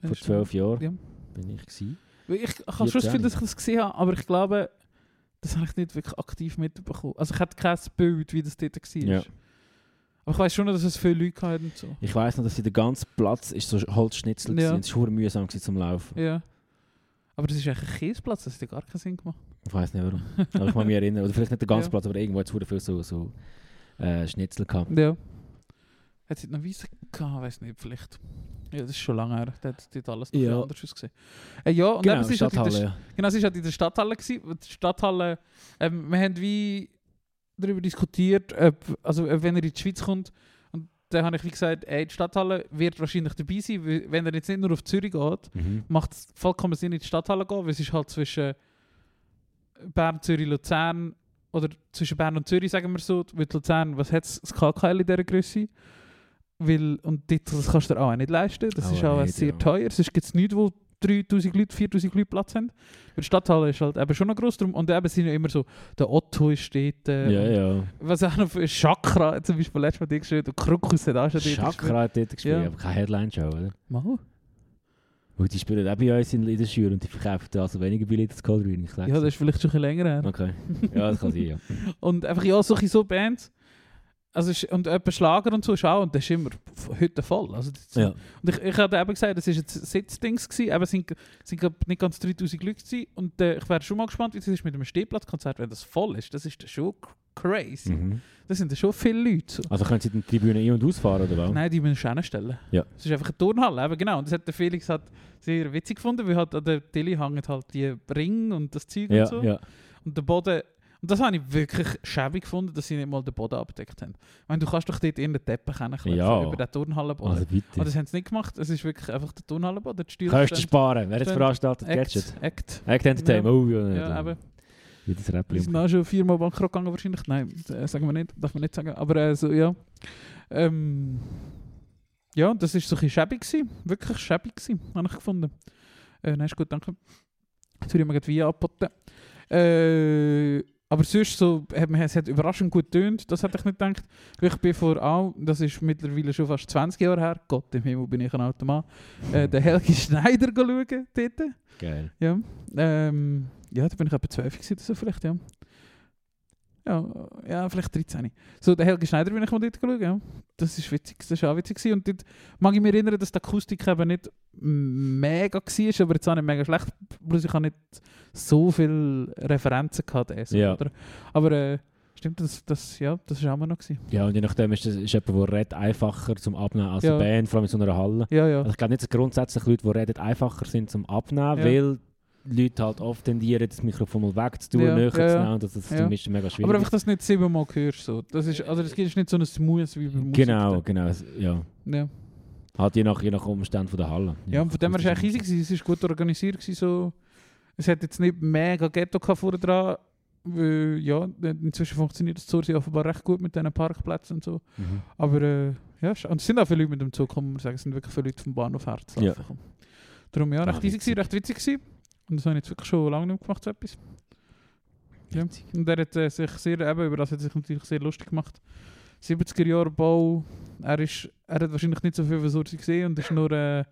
eh, vor zwölf Jahren Ja. bin ich. Gewesen. Weil Ich kann schon 14. finden, dass ich das gesehen habe, aber ich glaube, das habe ich nicht wirklich aktiv mitbekommen. Also ich hatte kein Bild, wie das dort war. Ja. Aber ich weiß schon, dass es viele Leute hatten und so. Ich weiss noch, dass der ganze Platz ist so Holzschnitzel Ja. war. Es war verdammt mühsam gewesen zum Laufen. Ja. Aber das ist eigentlich ein Käseplatz, das hat ja gar keinen Sinn gemacht. Ich weiß nicht warum. Aber ich kann mich erinnern. Oder vielleicht nicht der ganze Ja. Platz, aber irgendwo hat es verdammt viel so, so äh, Schnitzel gehabt. Ja. nou, Hat es noch Weisse gehabt? Weiß nicht, vielleicht. Ja, das ist schon lange her. Da hat dort alles noch Ja. ja. anders ausgesehen. Äh, ja, und eben, es ist halt in der Stadthalle, ja. Genau, es war halt in der Stadthalle. Gewesen. Und Die Stadthalle, ähm, wir haben wie darüber diskutiert, ob, also, ob wenn er in die Schweiz kommt. Und dann habe ich wie gesagt, ey, die Stadthalle wird wahrscheinlich dabei sein, weil wenn er jetzt nicht nur auf Zürich geht, Mhm. macht es vollkommen Sinn, in die Stadthalle zu gehen, weil es ist halt zwischen Bern, Zürich, Luzern oder zwischen Bern und Zürich, sagen wir so. Weil die Luzern, was hat das KKL in dieser Größe? Weil, und dort, das kannst du dir auch nicht leisten. Das Auch ist auch nicht, sehr ja. teuer. Sonst gibt es nichts, wo 3000 Leute, 4000 Leute Platz haben. Weil die Stadthalle ist halt eben schon noch gross drum. Und eben sind ja immer so, der Otto ist dort. Äh, Ja, und ja. Was auch noch für Chakra, hat zum Beispiel letztes Mal dort gespielt. Und Krokus hat auch schon dort gespielt. Chakra hat dort gespielt, Ja. aber keine Headline-Show, oder? Mal. Weil die spielen auch bei uns in in der Schür und die verkaufen also weniger Billette als Cold Green. Ich sag's Ja, das dir. ist vielleicht schon ein bisschen länger her. Okay. Ja, das kann sein, ja. Und einfach ja, solche so Bands. Also, es ist- und etwa Schlager und so ist auch, und das ist immer f- heute voll. Also, das- ja. Und ich, ich hatte eben gesagt, das war jetzt Sitzdings, gewesen, eben sind, sind glaub, nicht ganz 3000 Leute gewesen. und äh, ich wäre schon mal gespannt, wie es ist mit einem Stehplatzkonzert, wenn das voll ist. Das ist dann schon k- crazy. Mhm. Das sind dann schon viele Leute. So. Also können sie die Tribüne ein- und ausfahren, oder was? Nein, die müssen wir stellen. Ja. Es ist einfach eine Turnhalle, eben genau. Und das hat der Felix halt sehr witzig gefunden, weil halt an der Tilly hängen halt die Ringe und das Zeug Ja, und so. ja. Und der Boden, und das habe ich wirklich schäbig gefunden, dass sie nicht mal den Boden abgedeckt haben. Ich meine, du kannst doch dort in den Teppich hinkleben, Ja. über den Turnhallenboden. Also Aber bitte. das haben sie nicht gemacht, es ist wirklich einfach der Turnhallenboden. Die Stühle Kosten stehen- sparen. Wer hat Stand- veranstaltet? Gadget. Act, Act. Act Entertainment. Ja. Oh, ja, Ja, ja. eben. Wie das Die sind Rap-Limp. auch schon viermal bankrott gegangen wahrscheinlich. Nein, das, äh, sagen wir nicht, darf man nicht sagen. Aber äh, so, ja. Ähm, ja, das war so ein bisschen schäbig. Gewesen. Wirklich schäbig, gewesen, habe ich gefunden. Äh, nein, ist gut, danke. Jetzt würde ich mir gerade Wein angeboten. Äh, aber sonst so, hat, man- es hat überraschend gut getönt, das hätte ich nicht gedacht. Weil Ich bin vor auch, das ist mittlerweile schon fast 20 Jahre her, Gott im Himmel bin ich ein alter Mann, äh, den Helgi Schneider schauen dort. Geil. Ja, ähm, ja, da bin ich etwa 12 gewesen oder so vielleicht, ja. Ja, ja, vielleicht 13. So, der Helge Schneider bin ich mal dort geschaut, ja. Das ist witzig, das ist auch witzig gewesen. Und dort mag ich mich erinnern, dass die Akustik eben nicht mega war, aber jetzt auch nicht mega schlecht. Bloß ich habe nicht so viele Referenzen gehabt, also, Ja. oder? Aber äh, stimmt, das, das, ja, das war auch mal noch. Gewesen. Ja, und je nachdem ist, das, ist jemand, der redet, einfacher zum Abnehmen als Ja. eine Band, vor allem in so einer Halle. Ja, ja. Also ich glaube nicht, dass grundsätzlich Leute, die reden, einfacher sind zum Abnehmen, Ja. weil Leute halt oft tendieren, das Mikrofon mal wegzutun, Ja, näher ja, zu ja. nehmen. und Das, das Ja. ist mega schwierig. aber einfach, dass du nicht siebenmal hörst. So. Das ist, also, das ist nicht so ein Smooth wie bei Musik. Äh, genau, genau. es- Ja. Ja. Halt je nach, je nach Umständen von der Halle. Je Ja, nach und von dem her war es akustischen eigentlich easy. gewesen. Es war gut organisiert. Gewesen, so. Es hat jetzt nicht mega Ghetto gehabt vorne dran. Weil, ja, inzwischen funktioniert das Zürich offenbar recht gut mit diesen Parkplätzen und so. Umständen. Aber äh, ja, sch- und es sind auch viele Leute mit dem Zug gekommen. Ich sagen, es sind wirklich viele Leute vom Bahnhof her zu Ja. laufen gekommen. Darum ja, Ach, recht easy gewesen, witzig. recht witzig gewesen. Und das habe ich jetzt wirklich schon lange nicht mehr gemacht, so etwas. Ja. Und er hat äh, sich sehr, eben, über das hat er sich natürlich sehr lustig gemacht. 70er Jahre Bau, er, ist, er hat wahrscheinlich nicht so viel Versorgung gesehen und ist nur äh,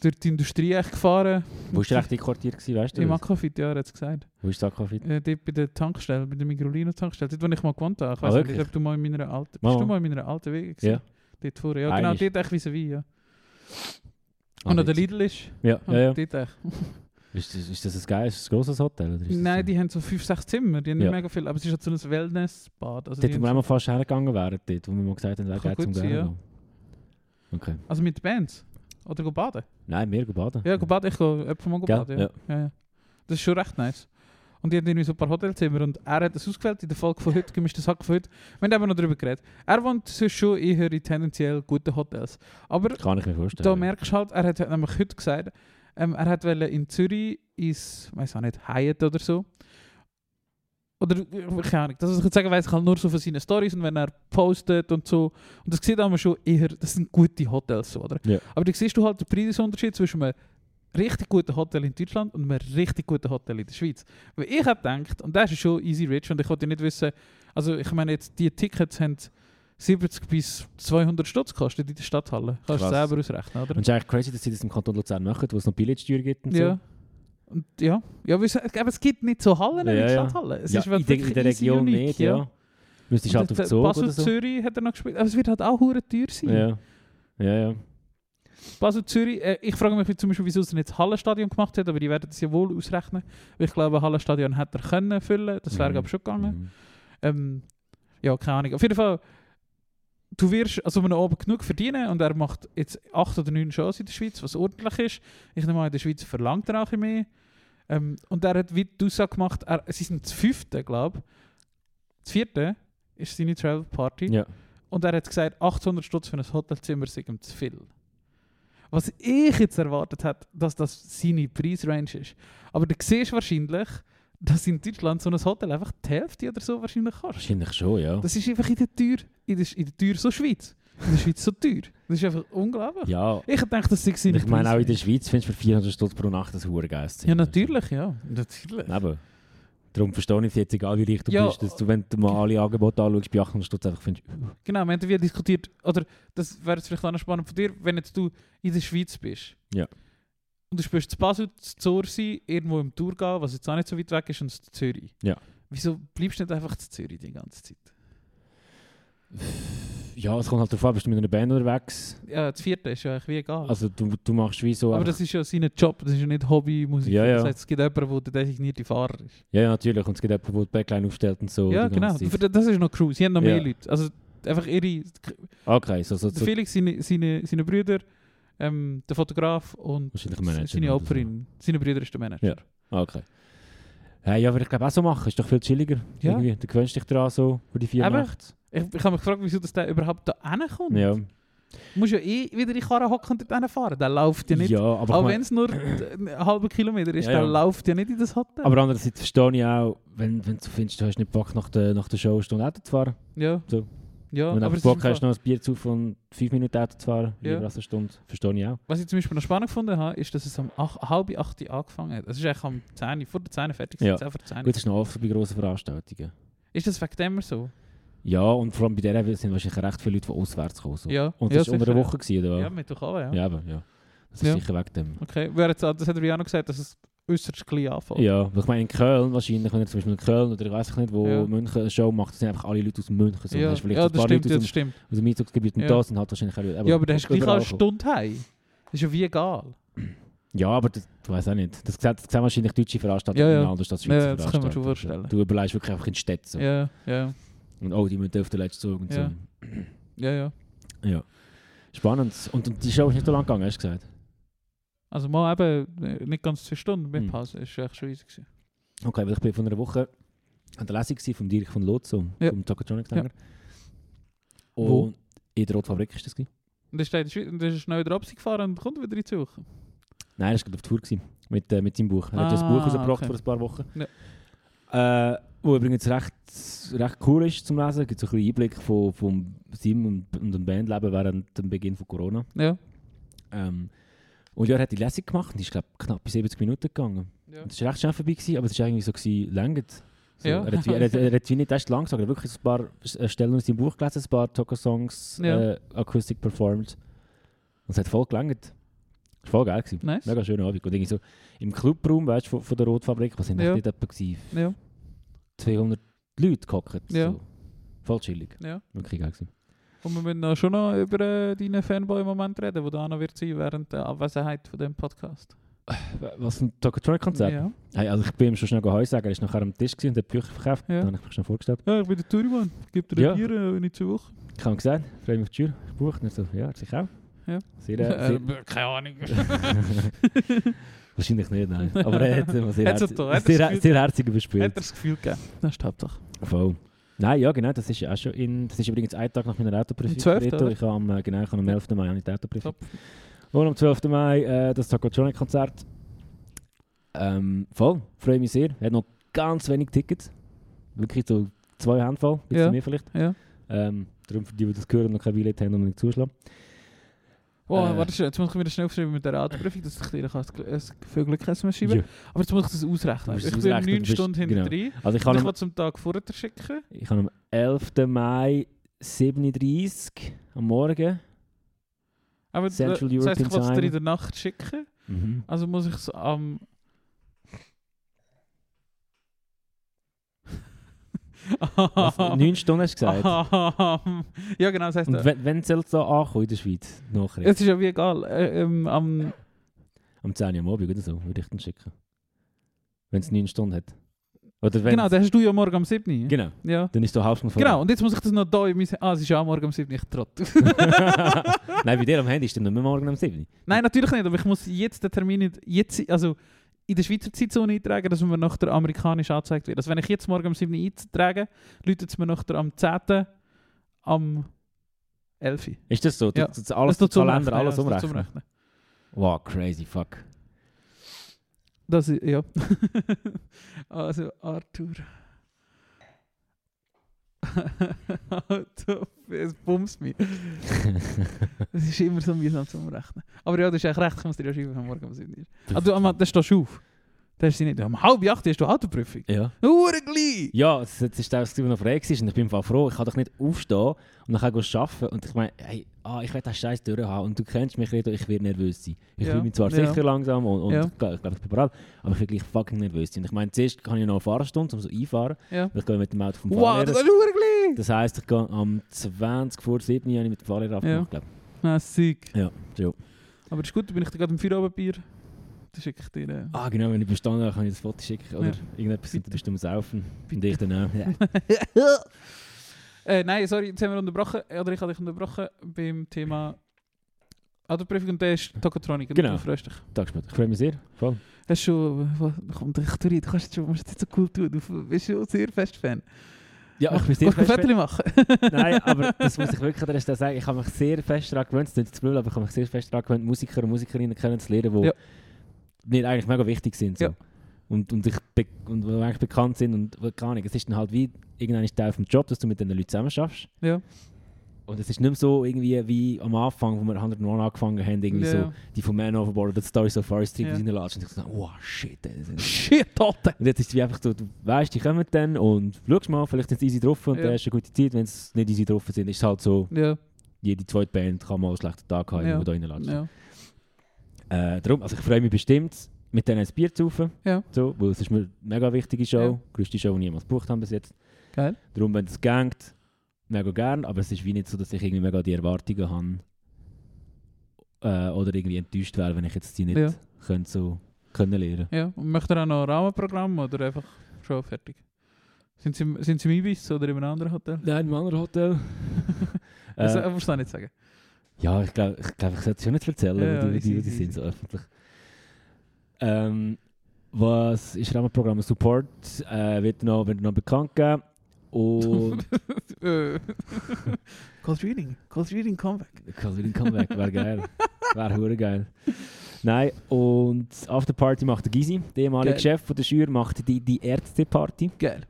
durch die Industrie echt gefahren. Mhm. Wo warst du recht einquartiert, gewesen, weißt du? Im das? Aquafit, ja, er hat es gesagt. Wo ist das Kaffee? Äh, dort bei der Tankstelle, bei der Migrolino-Tankstelle, dort, wo ich mal gewohnt habe. Ich Ah, weiß nicht, wirklich? ob du mal in meiner alten... Mal, Bist du mal. mal in meiner alten Wege Ja. Ah, Dort vorher, ja, Einmal. genau, dort echt vis-à-vis, ja. Ah, und an der Ah, Lidl eh, ist. Ja, Ah, ja, ja. Dort echt. Ist das, ist das ein geiles, ist das ein grosses Hotel? Oder ist das Nein, so? die haben so 5, 6 Zimmer, die haben Ja. nicht mega viel, aber es ist halt so ein Wellnessbad. Also, die Dort, haben wo wir so- einmal fast hergegangen wären, dort, wo wir mal gesagt haben, wer Kann geht zum gut sein, Gehen. ja. gehen. Okay. also mit Bands. Oder go baden. Nein, wir gehen baden. Ja, go baden, ich gehe etwa mal go Gell? baden. Ja. Ja. Ja, ja. Das ist schon recht nice. Und die haben irgendwie so ein paar Hotelzimmer und er hat das ausgewählt in der Folge von heute, gemischtes Hack von heute. Wir haben eben noch darüber geredet. Er wohnt sonst schon eher in tendenziell guten Hotels. Aber Kann ich mir vorstellen. da merkst du halt, er hat nämlich heute gesagt, Ähm, er hat wollte in Zürich ins, weiß auch nicht, Hyatt oder so. Oder, äh, keine Ahnung, das was ich jetzt sagen weiß ich halt nur so von seinen Stories und wenn er postet und so. Und das sieht man schon eher, das sind gute Hotels so, oder? Ja. Aber da siehst du halt den Preisunterschied zwischen einem richtig guten Hotel in Deutschland und einem richtig guten Hotel in der Schweiz. Weil ich habe gedacht, und das ist schon easy rich und ich wollte nicht wissen, also ich meine jetzt, die Tickets haben 70 bis 200 Stutz gekostet in der Stadthalle. Kannst du Krass. selber ausrechnen, oder? Und es ist eigentlich crazy, dass sie das im Kanton Luzern machen, wo es noch Billigsteuer gibt und so. Ja. Und ja, ja weil es, aber es gibt nicht so Hallen Ja, in ja. Stadthallen. Es ja, ist wel ich denke, in wirklich der easy Region unique, eh, nicht, ja. Dus Müsstest halt Der- auf der Zug Basel oder so. Zürich hat er noch gespielt, aber es wird halt auch hure teuer sein. Ja. Ja, ja. Basel Zürich, äh, ich frage mich zum Beispiel, wieso sie nicht das Hallenstadion gemacht hat, aber die werden dus es ja wohl ausrechnen. Weil ich glaube, ein Hallenstadion hätte er eh, können füllen, das wäre Mhm. glaube ich schon gegangen. Mhm. Ähm, ja, keine Ahnung. Auf jeden Fall, du wirst also um einen Abend genug verdienen und er macht jetzt acht oder neun Shows in der Schweiz, was ordentlich ist. Ich nehme an, in der Schweiz verlangt er auch ein bisschen mehr. Ähm, und er hat, wie du gesagt gemacht, er, sie sind das fünfte, glaube ich. Das vierte ist seine Travel Party. Ja. Und er hat gesagt, 800 Stutz für ein Hotelzimmer sind ihm zu viel. Was ich jetzt erwartet hätte, dass das seine Preisrange ist. Aber du siehst wahrscheinlich, dass in Deutschland so ein Hotel einfach die Hälfte oder so wahrscheinlich kostet. Wahrscheinlich schon, ja. Das ist einfach in der Tür, in der, in der Tür so Schweiz. In der Schweiz so teuer. Das ist einfach unglaublich. ja. Ich denke, das ist seine Ich meine, auch in der Preisrange. Schweiz findest du für 400 Stutz pro Nacht ein Hurengeiss. Ja, natürlich, ja. Natürlich. Eben. Darum verstehe ich es jetzt, egal wie reich du Ja. bist, dass du, wenn du mal alle Angebote anschaust, bei 800 Stutz einfach findest, Genau, wir haben ja diskutiert, oder das wäre jetzt vielleicht auch noch spannend von dir, wenn jetzt du in der Schweiz bist. Ja. Und du spielst zu Basel, zu Zorsi, irgendwo im Thurgau, was jetzt auch nicht so weit weg ist, und zu Zürich. Ja. Wieso bleibst du nicht einfach zu Zürich die ganze Zeit? ja, es kommt halt darauf an, bist du mit einer Band unterwegs. Ja, das vierte ist ja eigentlich wie egal. Also du, du machst wie so... Aber einfach- das ist ja sein Job, das ist ja nicht Hobbymusik. Ja, ja. Das heißt, es gibt jemanden, der der designierte Fahrer ist. ja, ja, natürlich. Und es gibt jemanden, der die Backline aufstellt und so. ja, die genau. ganze Zeit. Für- Das ist noch Crew, sie haben noch Ja. mehr Leute. Also einfach ihre, Okay, so, so, so Felix, seine, seine, seine Brüder, ähm, der Fotograf und wahrscheinlich Manager. seine oder so. Opferin. Seine Brüder ist der Manager. Ja. Okay. Hey, ja, würde ich glaube auch so machen. Ist doch viel chilliger. Ja. Irgendwie. Du gewöhnst dich daran so für die Eben. 84. Ich, ich habe mich gefragt, wieso das der überhaupt da hinkommt. Ja. Du musst ja eh wieder in die Karre hocken und dort fahren. Der läuft ja nicht. ja, aber, ich Auch mein- wenn es nur ein halber Kilometer ist, Ja, der ja. läuft ja nicht in das Hotel. aber andererseits verstehe ich auch, wenn, wenn du findest, du hast nicht Bock nach der, nach der Show eine Stunde Auto zu fahren. ja. So. Ja, wenn aber du einfach es ist Bock im hast, Fall- noch ein Bier zu von 5 Minuten Auto zu fahren, Ja. lieber als eine Stunde. Verstehe ich auch. was ich zum Beispiel noch spannend gefunden habe, ist, dass es am ach, halb acht Uhr angefangen hat. Es ist eigentlich am 10 Uhr, vor der 10 Uhr fertig, Ja. ja. 10 vor 10 Gut, das ist noch oft bei grossen Veranstaltungen. Ist das wegen dem immer so? Ja, und vor allem bei der sind wahrscheinlich recht viele Leute von auswärts gekommen. So. Ja. Und ja, das war unter einer sicher. Woche, gewesen, Ja, oder? mit doch auch, ja. ja. ja, aber ja. Das ist Ja. sicher wegen dem. Okay, Wer jetzt, das hat er ja auch noch gesagt, dass es äußerst klein anfängt. Ja, weil ich meine, in Köln wahrscheinlich, wenn er zum Beispiel in Köln oder ich weiß nicht, wo Ja. München eine Show macht, das sind einfach alle Leute aus München. So. ja. Du hast vielleicht ja so ein das paar stimmt, Leute ja, aus das dem, stimmt. aus dem Einzugsgebiet und Ja. das sind halt wahrscheinlich auch Leute. ja, aber dann hast du gleich auch überall eine kommen. Stunde heim. Ist ja wie egal. Ja, aber das, ich weiß auch nicht. Das sehen das sehen wahrscheinlich deutsche genau, Veranstaltungen Ja, ja. anders als Ja, Schweizer das können wir schon Veranstaltungen. vorstellen. Du überlegst wirklich einfach in Städten. So. Ja, ja, Und oh, die müssen auf den letzten Zug und Ja. ja, ja. so. Ja. Spannend. Und, und die Show ist nicht so lang gegangen, hast du gesagt? Also mal eben äh, nicht ganz zwei Stunden mit Hm. Pause, ist echt schon easy gewesen. Okay, weil ich bin von einer Woche an der Lesung gewesen von Dirk von Lotso, Ja. vom Tokatronic Ja. Sänger. Wo? Und in der Rotfabrik ist das gewesen. Und dann ist, der in die Schweiz- und dann ist er schnell wieder abgefahren und kommt wieder in die Woche. Nein, er war auf Tour gewesen, mit, äh, mit seinem Buch. Er hat ja das Ah, Buch rausgebracht okay. vor ein paar Wochen. Äh, wo übrigens recht, recht cool ist zum Lesen. Es gibt so ein bisschen Einblick von, von seinem und, und dem Bandleben während dem Beginn von Corona. Ja. Ähm, und ja, er hat die Lesung gemacht und die ist glaube knapp bis 70 Minuten gegangen. Ja. Und Es war recht schnell vorbei, gewesen, aber es war irgendwie so, gewesen, längert. So, Ja. Er hat, wie- er, hat, er hat wie nicht erst lang gesagt, er hat wirklich so ein paar äh, Stellen aus seinem Buch gelesen, ein paar Toka-Songs, Ja. äh, Acoustic performed. Und es hat voll gelangt. Es war voll geil. Gewesen. Nice. Mega schöner Abend. Und irgendwie so im Clubraum, weißt du, von, von der Rotfabrik, was sind Ja. echt nicht etwa gewesen, Ja. 200 Leute gehockt. Ja. So. Voll chillig. Ja. Wirklich geil gewesen. Und wir müssen noch schon noch über äh, deinen Fanboy-Moment reden, wo da noch wird sein während der Abwesenheit von dem Podcast. W- Was ein Tokatronic-Konzert? Ja. Hey, also ich bin ihm schon schnell Heu sagen, er ist nachher am Tisch gewesen und hat Bücher verkauft. Ja. Dann habe ich mich schon vorgestellt. ja, ich bin der Tourimann. Gib dir Ja. ein Bier äh, in die Woche. Ich habe ihm gesagt, freue mich auf die Tür. Ich buche. Und er so, ja, sich auch. Ja. Sehr, äh, sehr, Äh, keine Ahnung. Wahrscheinlich nicht, nein. Aber er hat immer sehr, Hat's herz- getan, hat sehr, er's gefühlt? sehr herzig Hat er überspielt. das Gefühl gegeben? Das ist die Hauptsache. Voll. Nein, ja genau, das ist ja auch schon in... Das ist übrigens ein Tag nach meiner Autoprüfung. Am 12., Reto. oder? Ich habe am, äh, genau, ich habe am 11. Mai habe ich die Autoprüfung. Top. Und am 12. Mai äh, das Takotronic-Konzert. Ähm, voll, freue mich sehr. Hat noch ganz wenig Tickets. Wirklich so zwei Hände voll, ein bisschen Ja. mehr vielleicht. Ja. Ähm, darum für die, die das hören und noch kein Billett haben und nicht zuschlagen. Oh, Äh. warte, jetzt muss ich mir das schnell aufschreiben mit der Radprüfung, dass ich dir ein viel Glück habe Ja. schieben. Aber jetzt muss ich das ausrechnen. Du musst Ich es bin ausrechnen, 9 du bist- Stunden hinter dus genau. drin. Also ich Und kann, ich am, will zum Tag vorher schicken. ich kann am 11. Mai 37 am Morgen. Aber das das Central heisst, ich European will es dir Time. in der Nacht schicken. Also muss ich es am... Was, 9 Stunden hast du gesagt. ja, genau, das heisst... Und wenn, wenn soll es da ankommen in der Schweiz? Nachricht. Es ist ja wie egal. Äh, ähm, am, Am 10 Uhr am Abend oder so, würde ich den schicken. Wenn es 9 Stunden hat. Oder wenn genau, dann hast du ja morgen am 7. genau. Ja. Dann ist da halb Stunde vorbei. Genau, und jetzt muss ich das noch da in mein... Ah, es ist ja auch morgen am 7. Ich trott. Nein, bei dir am Handy ist dann nicht mehr morgen um am 7. Nein, natürlich nicht, aber ich muss jetzt den Termin in, jetzt, also in der Schweizer Zeitzone eintragen, dass mir nach der amerikanisch angezeigt wird. Also wenn ich jetzt morgen um 7 Uhr eintrage, läutet es mir nach der am 10. am 11. Uhr. Ist das so? Du- Ja. Du, alles Das das tut zum Kalender, Rechnen, alles Dus ja, das tut zum umrechnen? Rechnen. Wow, crazy fuck. Das ist, ja. also Arthur. Alter, es bumst mich. Es ist immer so mühsam zum Rechnen. Aber ja, dus das ist echt recht, ich muss dir ja schreiben, wenn morgen um 7 Uhr ist. Ah, du, aber das stehst du auf. Das ist sie nicht. Um halb acht hast du Autoprüfung. Ja. Hure gleich! Ja, es es ist auch das, noch frei war und ich bin im Fall froh, ich kann doch nicht aufstehen und dann gehen arbeiten und ich meine, hey, ah, ich will den Scheiß durchhaben und du kennst mich, Reto, ich werde nervös sein. Ich Ja. fühle mich zwar Ja. sicher langsam und, und Ja. ich glaube, ich bin bereit, aber ich werde gleich fucking nervös sein. Und ich meine, zuerst kann ich noch eine Fahrstunde, um so einfahren, Ja. weil ich gehe mit dem Auto vom Wow, Fahrlehrer. das ist hure gleich! Das heisst, ich gehe am 20 vor 7 Uhr habe ich mit dem Fahrlehrer Ja. abgemacht, glaube Ah, sick. ich. Ja, so. Aber ist gut, dann bin ich dir gerade im Feierabendbier. Das schicke ich dir. Äh. Ah, genau, wenn ich bestanden habe, kann ich das Foto schicken oder Ja. irgendetwas und du bist am Saufen und Bitte. ich dann auch. Ja. Äh, nein, sorry, jetzt haben wir unterbrochen. Oder ich habe dich unterbrochen beim Thema Autoprüfung und Test, Tokotronik. Genau. Du freust dich. Tag später. Ich freue mich sehr. Voll. Hast du schon... was- Komm, ich tu rein, du kannst jetzt schon, musst jetzt so cool tun. Du bist schon sehr fest Fan. Ja, ich bin sehr Kannst du fest- Fotos machen? Nein, aber das muss ich wirklich an der Stelle sagen. Ich habe mich sehr fest daran gewöhnt, es ist zu blöd, aber ich habe mich sehr fest daran gewöhnt, Musiker und Musikerinnen kennenzulernen, die Ja. mir eigentlich mega wichtig sind. So. Ja. Und, und, ich be und die eigentlich bekannt sind und und keine Ahnung. Es ist dann halt wie irgendein Teil vom Job, dass du mit diesen Leuten zusammen schaffst. Ja. Und es ist nicht mehr so irgendwie wie am Anfang, wo wir 101 angefangen haben, irgendwie Ja. so die von Man Overboard oder die Story So Far Street Ja. reinlatscht. Und ich so, wow, shit. ey, das ist- Shit, Alter! Und jetzt ist es wie einfach so, du weißt, die kommen dann und schaust mal, vielleicht sind sie easy drauf und Ja. dann hast du eine gute Zeit. Wenn sie nicht easy drauf sind, ist es halt so, Ja, jede zweite Band kann mal einen schlechten Tag haben, Ja. ja. wo da reinlässt. ja. Äh, darum, also ich freue mich bestimmt, mit denen ein Bier zu saufen. Ja. So, weil es ist mir eine mega wichtige Show. Ja. Größte Show, die ich jemals gebucht habe bis jetzt. Geil. Darum, wenn es gängt, mega gern, aber es ist wie nicht so, dass ich irgendwie mega die Erwartungen habe. Äh, oder irgendwie enttäuscht wäre, wenn ich jetzt die nicht Ja. könnte so können lernen Ja, und möchte er auch noch ein Rahmenprogramm oder einfach schon fertig? Sind sie, im- sind sie im Ibis oder in einem anderen Hotel? Nein, im anderen Hotel. äh, Also, äh, musst du das nicht sagen. Ja, ich glaube, ich, glaub, ich sollte es schon nicht erzählen, Ja, weil die, ja, weil die, easy, weil die easy. sind so öffentlich. Ähm, was ist Rahmenprogramm? Support äh, wird, noch, wird noch bekannt gegeben. Und Äh. Cold Reading, Cold Reading Comeback. Colin Comeback wäre geil. Wäre hure geil. Nein, und After Party macht der Gysi, der ehemalige Geil. Chef von der Schür, macht die, die Ärzte-Party. Geil.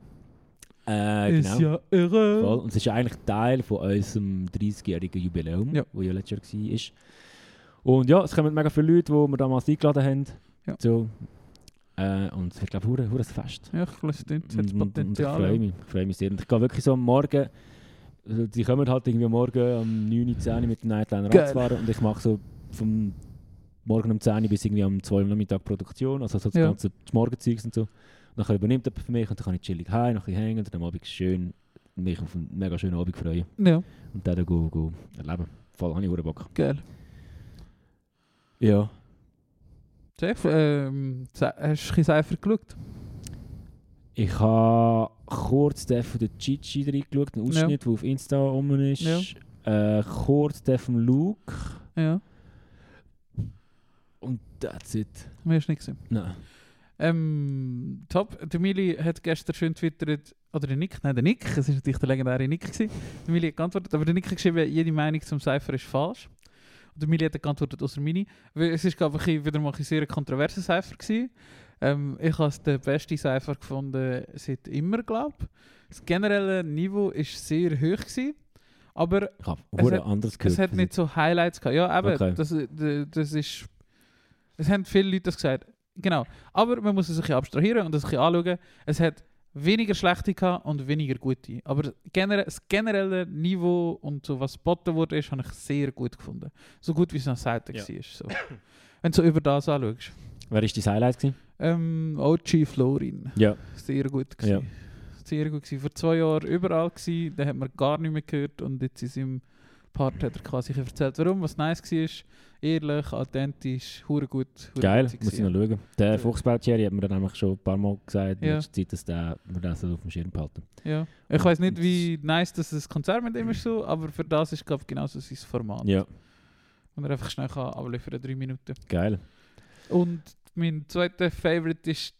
Äh, Ist ja irre. Voll. Und es ist eigentlich Teil von unserem 30-jährigen Jubiläum, Ja. wo ja letztes Jahr war. Und ja, es kommen mega viele Leute, die wir damals eingeladen haben. Ja. So. Äh, und es wird, glaube ich, ein hure- ein Fest. Ja, ich glaube, es hat Und, und, und ich Potenzial. Mhm, freue mich, ich freue mich sehr. Und ich gehe wirklich so am Morgen, also die kommen halt irgendwie am Morgen um 9, 10 Uhr mit den Nightliner Geil. ranzufahren und ich mache so vom Morgen um 10 Uhr bis irgendwie um 2 Uhr am Nachmittag Produktion, also so das Ja. ganze Morgenzeugs und so. Nachher übernimmt jemand für mich und dann kann ich chillig heim, noch ein bisschen hängen und dann am Abend schön mich auf einen mega schönen Abend freuen Ja, und dann go, go erleben. Voll, habe ich verdammt Bock. geil. Ja. Chef, ähm, Ze- hast du ein Cypher geschaut? Ich habe kurz den von der Chichi reingeschaut, einen Ja. Ausschnitt, der auf Insta rum ist. Äh, kurz den von Luke. Ja, Und that's it. mir ist nichts. Nein. Ähm, top. Der Mili hat gestern schön twittert, oh, oder der Nick, nein, der Nick, es war natürlich der legendäre Nick. Gewesen. Der Mili hat geantwortet, aber der Nick hat geschrieben, jede Meinung zum Cypher ist falsch. Der Mili hat dann geantwortet, außer meine. Weil Es war glaube ich wieder mal ein sehr kontroverser Cypher. Gewesen. Ähm, ich habe es den besten Cypher gefunden seit immer, glaube ich. Das generelle Niveau war sehr hoch. Gewesen, aber Ich habe hure hat- anderes gehört. es hat nicht so Highlights gehabt. Ja, eben, Okay. das, d- das ist. Es haben viele Leute das gesagt. Genau. Aber man muss es ein bisschen abstrahieren und es ein bisschen anschauen. Es hat weniger schlechte gehabt und weniger gute. Aber generell, das generelle Niveau und so, was geboten wurde, ist, habe ich sehr gut gefunden. So gut wie es nach Seite Ja. war. So. Wenn du so über das anschaust. Wer war dein Highlight? Gewesen? Ähm, OG Florin. Ja. Sehr gut. Gewesen. Sehr gut. Gewesen. Vor zwei Jahren überall. Gewesen. Da hat man gar nicht mehr gehört. Und jetzt in seinem Part hat er quasi erzählt, warum. Was nice war. Ehrlich, authentisch, hure gut. hure Geil, witzig muss ich gewesen. noch schauen. Der Ja. Fuchsbau-Cherry hat mir nämlich schon ein paar Mal gesagt, in Ja. letzter Zeit, dass der, wir das auf dem Schirm behalten. ja. Ich weiß nicht, wie nice dass das Konzert mit ihm ist, so, aber für das ist, glaube ich, genauso sein Format. Ja, Und er einfach schnell kann abliefern, drei Minuten. geil. Und mein zweiter Favorite ist,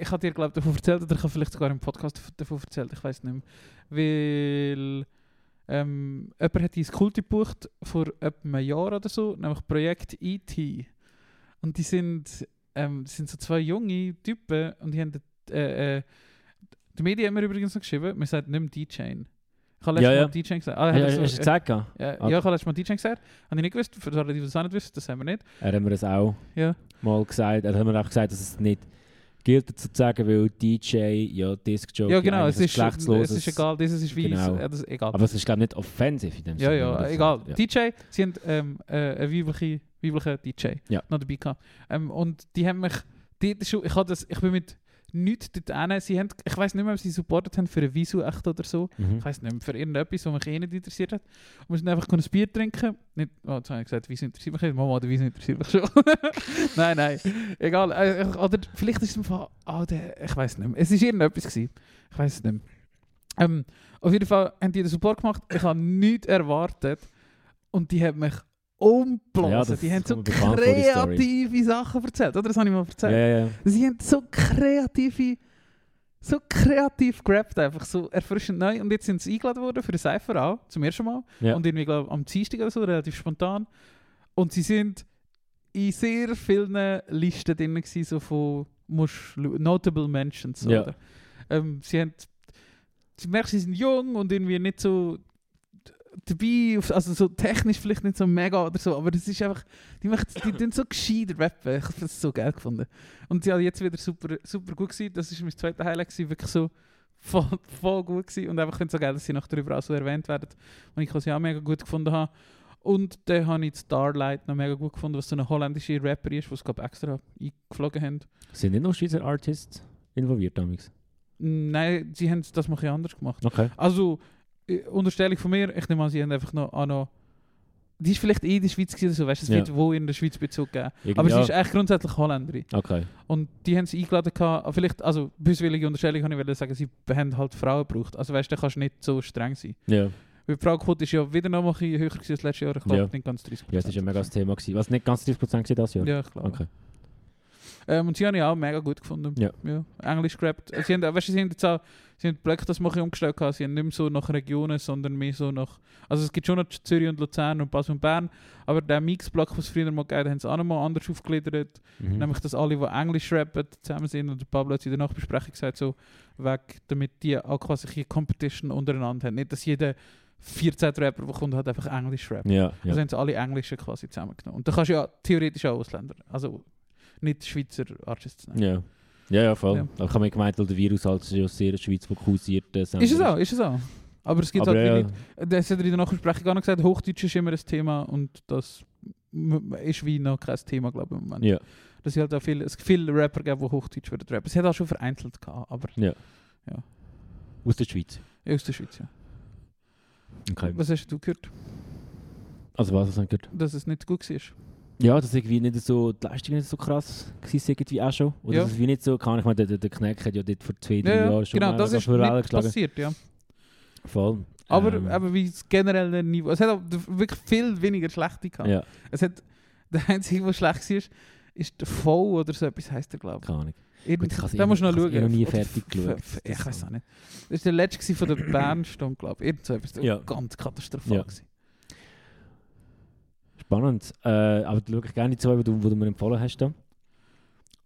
ich hatte dir glaube ich davon erzählt, oder ich habe vielleicht sogar im Podcast dav- davon erzählt, ich weiß nicht mehr. Weil ähm, jemand hat dein Kult gebucht vor etwa einem Jahr oder so, nämlich Projekt E.T. Und E die sind, ähm, das sind so zwei junge Typen und die haben, äh, äh, die Medien haben mir übrigens noch geschrieben, man sagt nicht mehr D-Chain. Ich habe Ja, letztes ja. Mal D-Chain gesagt. Ah, Hast hat du er hast du so- gesagt? gehabt? ja, Ah. ja, ich habe letztes Mal D-Chain gesagt. Habe ich nicht gewusst, für alle, die das auch nicht wissen, das haben wir nicht. Er hat mir das auch Ja. mal gesagt. Er hat mir auch gesagt, dass es nicht gilt zu sagen, weil DJ, ja, Disc-Jockey, Ja, genau, eigentlich es ist, geschlechtsloses- es ist egal, dieses ist wie, Genau. ja, das ist egal. Aber es ist, glaube ich, nicht offensiv in dem ja, Sinne, ja, oder so. egal. Ja. DJ, sie haben ähm, äh, einen weiblichen, weiblichen DJ Ja. noch dabei gehabt. Ähm, und die haben mich, die, die, ich, hab das, ich bin mit nichts dort hin, sie haben, ich weiß nicht mehr, ob sie supportet haben für ein Visu echt oder so. Mhm. Ich weiß nicht mehr, für irgendetwas, was mich eh nicht interessiert hat. Und wir sind einfach ein Bier trinken. Nicht, oh, jetzt habe ich gesagt, Wieso interessiert mich nicht. Mama, der Wieso interessiert mich schon. nein, nein. Egal. Äh, ich- Oder vielleicht ist es im Fall... ah, der, ich weiß nicht mehr. Es war irgendetwas. Gewesen. Ich weiß es nicht mehr. Ähm, auf jeden Fall haben die den Support gemacht. Ich habe nichts erwartet. Und die haben mich umgeblasen. Ja, das die haben so kommt mir bekannt vor, die Story. kreative Sachen erzählt. Oder? Das habe ich mal Ja, erzählt. ja, ja. Sie haben so kreative, so kreativ gerappt, einfach so erfrischend neu. Und jetzt sind sie eingeladen worden für den Cypher auch, zum ersten Mal. Ja. Und irgendwie, glaube am Dienstag oder so, relativ spontan. Und sie sind in sehr vielen Listen drin gewesen, so von musst, lu- Notable Mentions. so, Ja. Oder? Ähm, sie haben, sie merken, sie sind jung und irgendwie nicht so d- dabei, auf- also so technisch vielleicht nicht so mega oder so, aber das ist einfach, die machen, die tun so gescheit rappen. Ich habe das so geil gefunden. Und ja, jetzt wieder super, super gut gewesen. Das war mein zweites Highlight. Gewesen. Wirklich so voll, voll gut gewesen. Und einfach finde es so geil, dass sie noch darüber auch so erwähnt werden. Und ich es ja auch mega gut gefunden habe. Und dann habe ich die Starlight noch mega gut gefunden, was so eine holländische Rapper ist, die es glaub ich, extra eingeflogen haben. Sind nicht noch Schweizer Artists involviert damals? Mm, Nein, sie haben das mal ein bisschen anders gemacht. Okay. Also, äh, Unterstellung von mir, ich nehme an, sie haben einfach noch... Auch noch die ist vielleicht eh in der Schweiz gewesen, so, weißt du, es Ja. wird wo in der Schweiz Bezug geben. Irgendwie- Aber ja. sie ist eigentlich grundsätzlich Holländerin. Okay. Und die haben sie eingeladen gehabt, aber vielleicht, also böswillige Unterstellung kann ich wollen sagen, sie haben halt Frauen gebraucht. Also weißt du, da kannst du nicht so streng sein. Ja. Weil die Frauenquote ist ja wieder noch mal ein bisschen höher gewesen als letztes Jahr, ich glaube Ja. nicht ganz 30 Ja, es war ein mega das Thema. Gewesen. Was nicht ganz 30% gewesen das Jahr? Ja, ich glaube. Okay. Ähm, und sie haben ja auch mega gut gefunden. Ja. Englisch gerappt. Äh, Sie haben, weißt du, sie haben jetzt auch, sie haben Blöcke das mache umgestellt gehabt. Sie haben nicht mehr so nach Regionen, sondern mehr so nach, also es gibt schon noch Zürich und Luzern und Basel und Bern, aber der Mix-Block, was früher mal gegeben hat, haben sie auch noch mal anders aufgegliedert. Mhm. Nämlich, dass alle, die Englisch rappen, zusammen sind und der Pablo hat in der Nachbesprechung gesagt, so weg, damit die auch quasi hier Competition untereinander haben. Nicht, dass jeder 14 Rapper, der kommt, hat einfach Englisch rappt. Ja, ja. Also haben sie alle Englischen quasi zusammengenommen. Und da kannst du ja theoretisch auch Ausländer, also nicht Schweizer Artists nehmen. Ja. Ja, ja, voll. Ja. Aber ich habe mir gemeint, weil der Virus halt ja sehr in der Schweiz fokussiert ist. Ist es auch, ist es auch. Aber es gibt Aber äh, halt ja, viele, das hat er in der Nachbesprechung auch noch gesagt, Hochdeutsch ist immer ein Thema und das m- ist wie noch kein Thema, glaube ich, im Moment. ja. Dass es halt auch viele, es viele Rapper gibt, die Hochdeutsch würden rappen. Es hat auch schon vereinzelt gehabt, aber Aus der Schweiz. aus der Schweiz, ja. Okay. Was hast du gehört? Also was hast du gehört? Dass es nicht gut war? Ja, dass irgendwie nicht so, die Leistung nicht so krass war, irgendwie auch schon. Oder Ja. dass es wie nicht so kann. Ich meine, der, der- der Kneck hat ja dort vor zwei, drei Ja, ja, Jahren schon genau, mal das mega ist für alle nicht passiert, ja. Voll. Aber, Ähm, aber wie das generelle Niveau. Es hat auch wirklich viel weniger schlechte gehabt. Ja, Es hat, der einzige, der schlecht war, ist der Voll oder so etwas heisst er, glaube keine Ahnung. ich. Gut, ich hab's da eh- musst du noch ich hab's schauen. eh noch nie Oder fertig f- geschaut. f- Ich weiß auch nicht. Das war der letzte gewesen von der um E, Bernstunde, glaube ich. Irgend so etwas. Ja. Ganz katastrophal. Ja. gewesen. Spannend. Äh, aber da schaue ich gerne die zwei, die du, die du mir empfohlen hast. Da.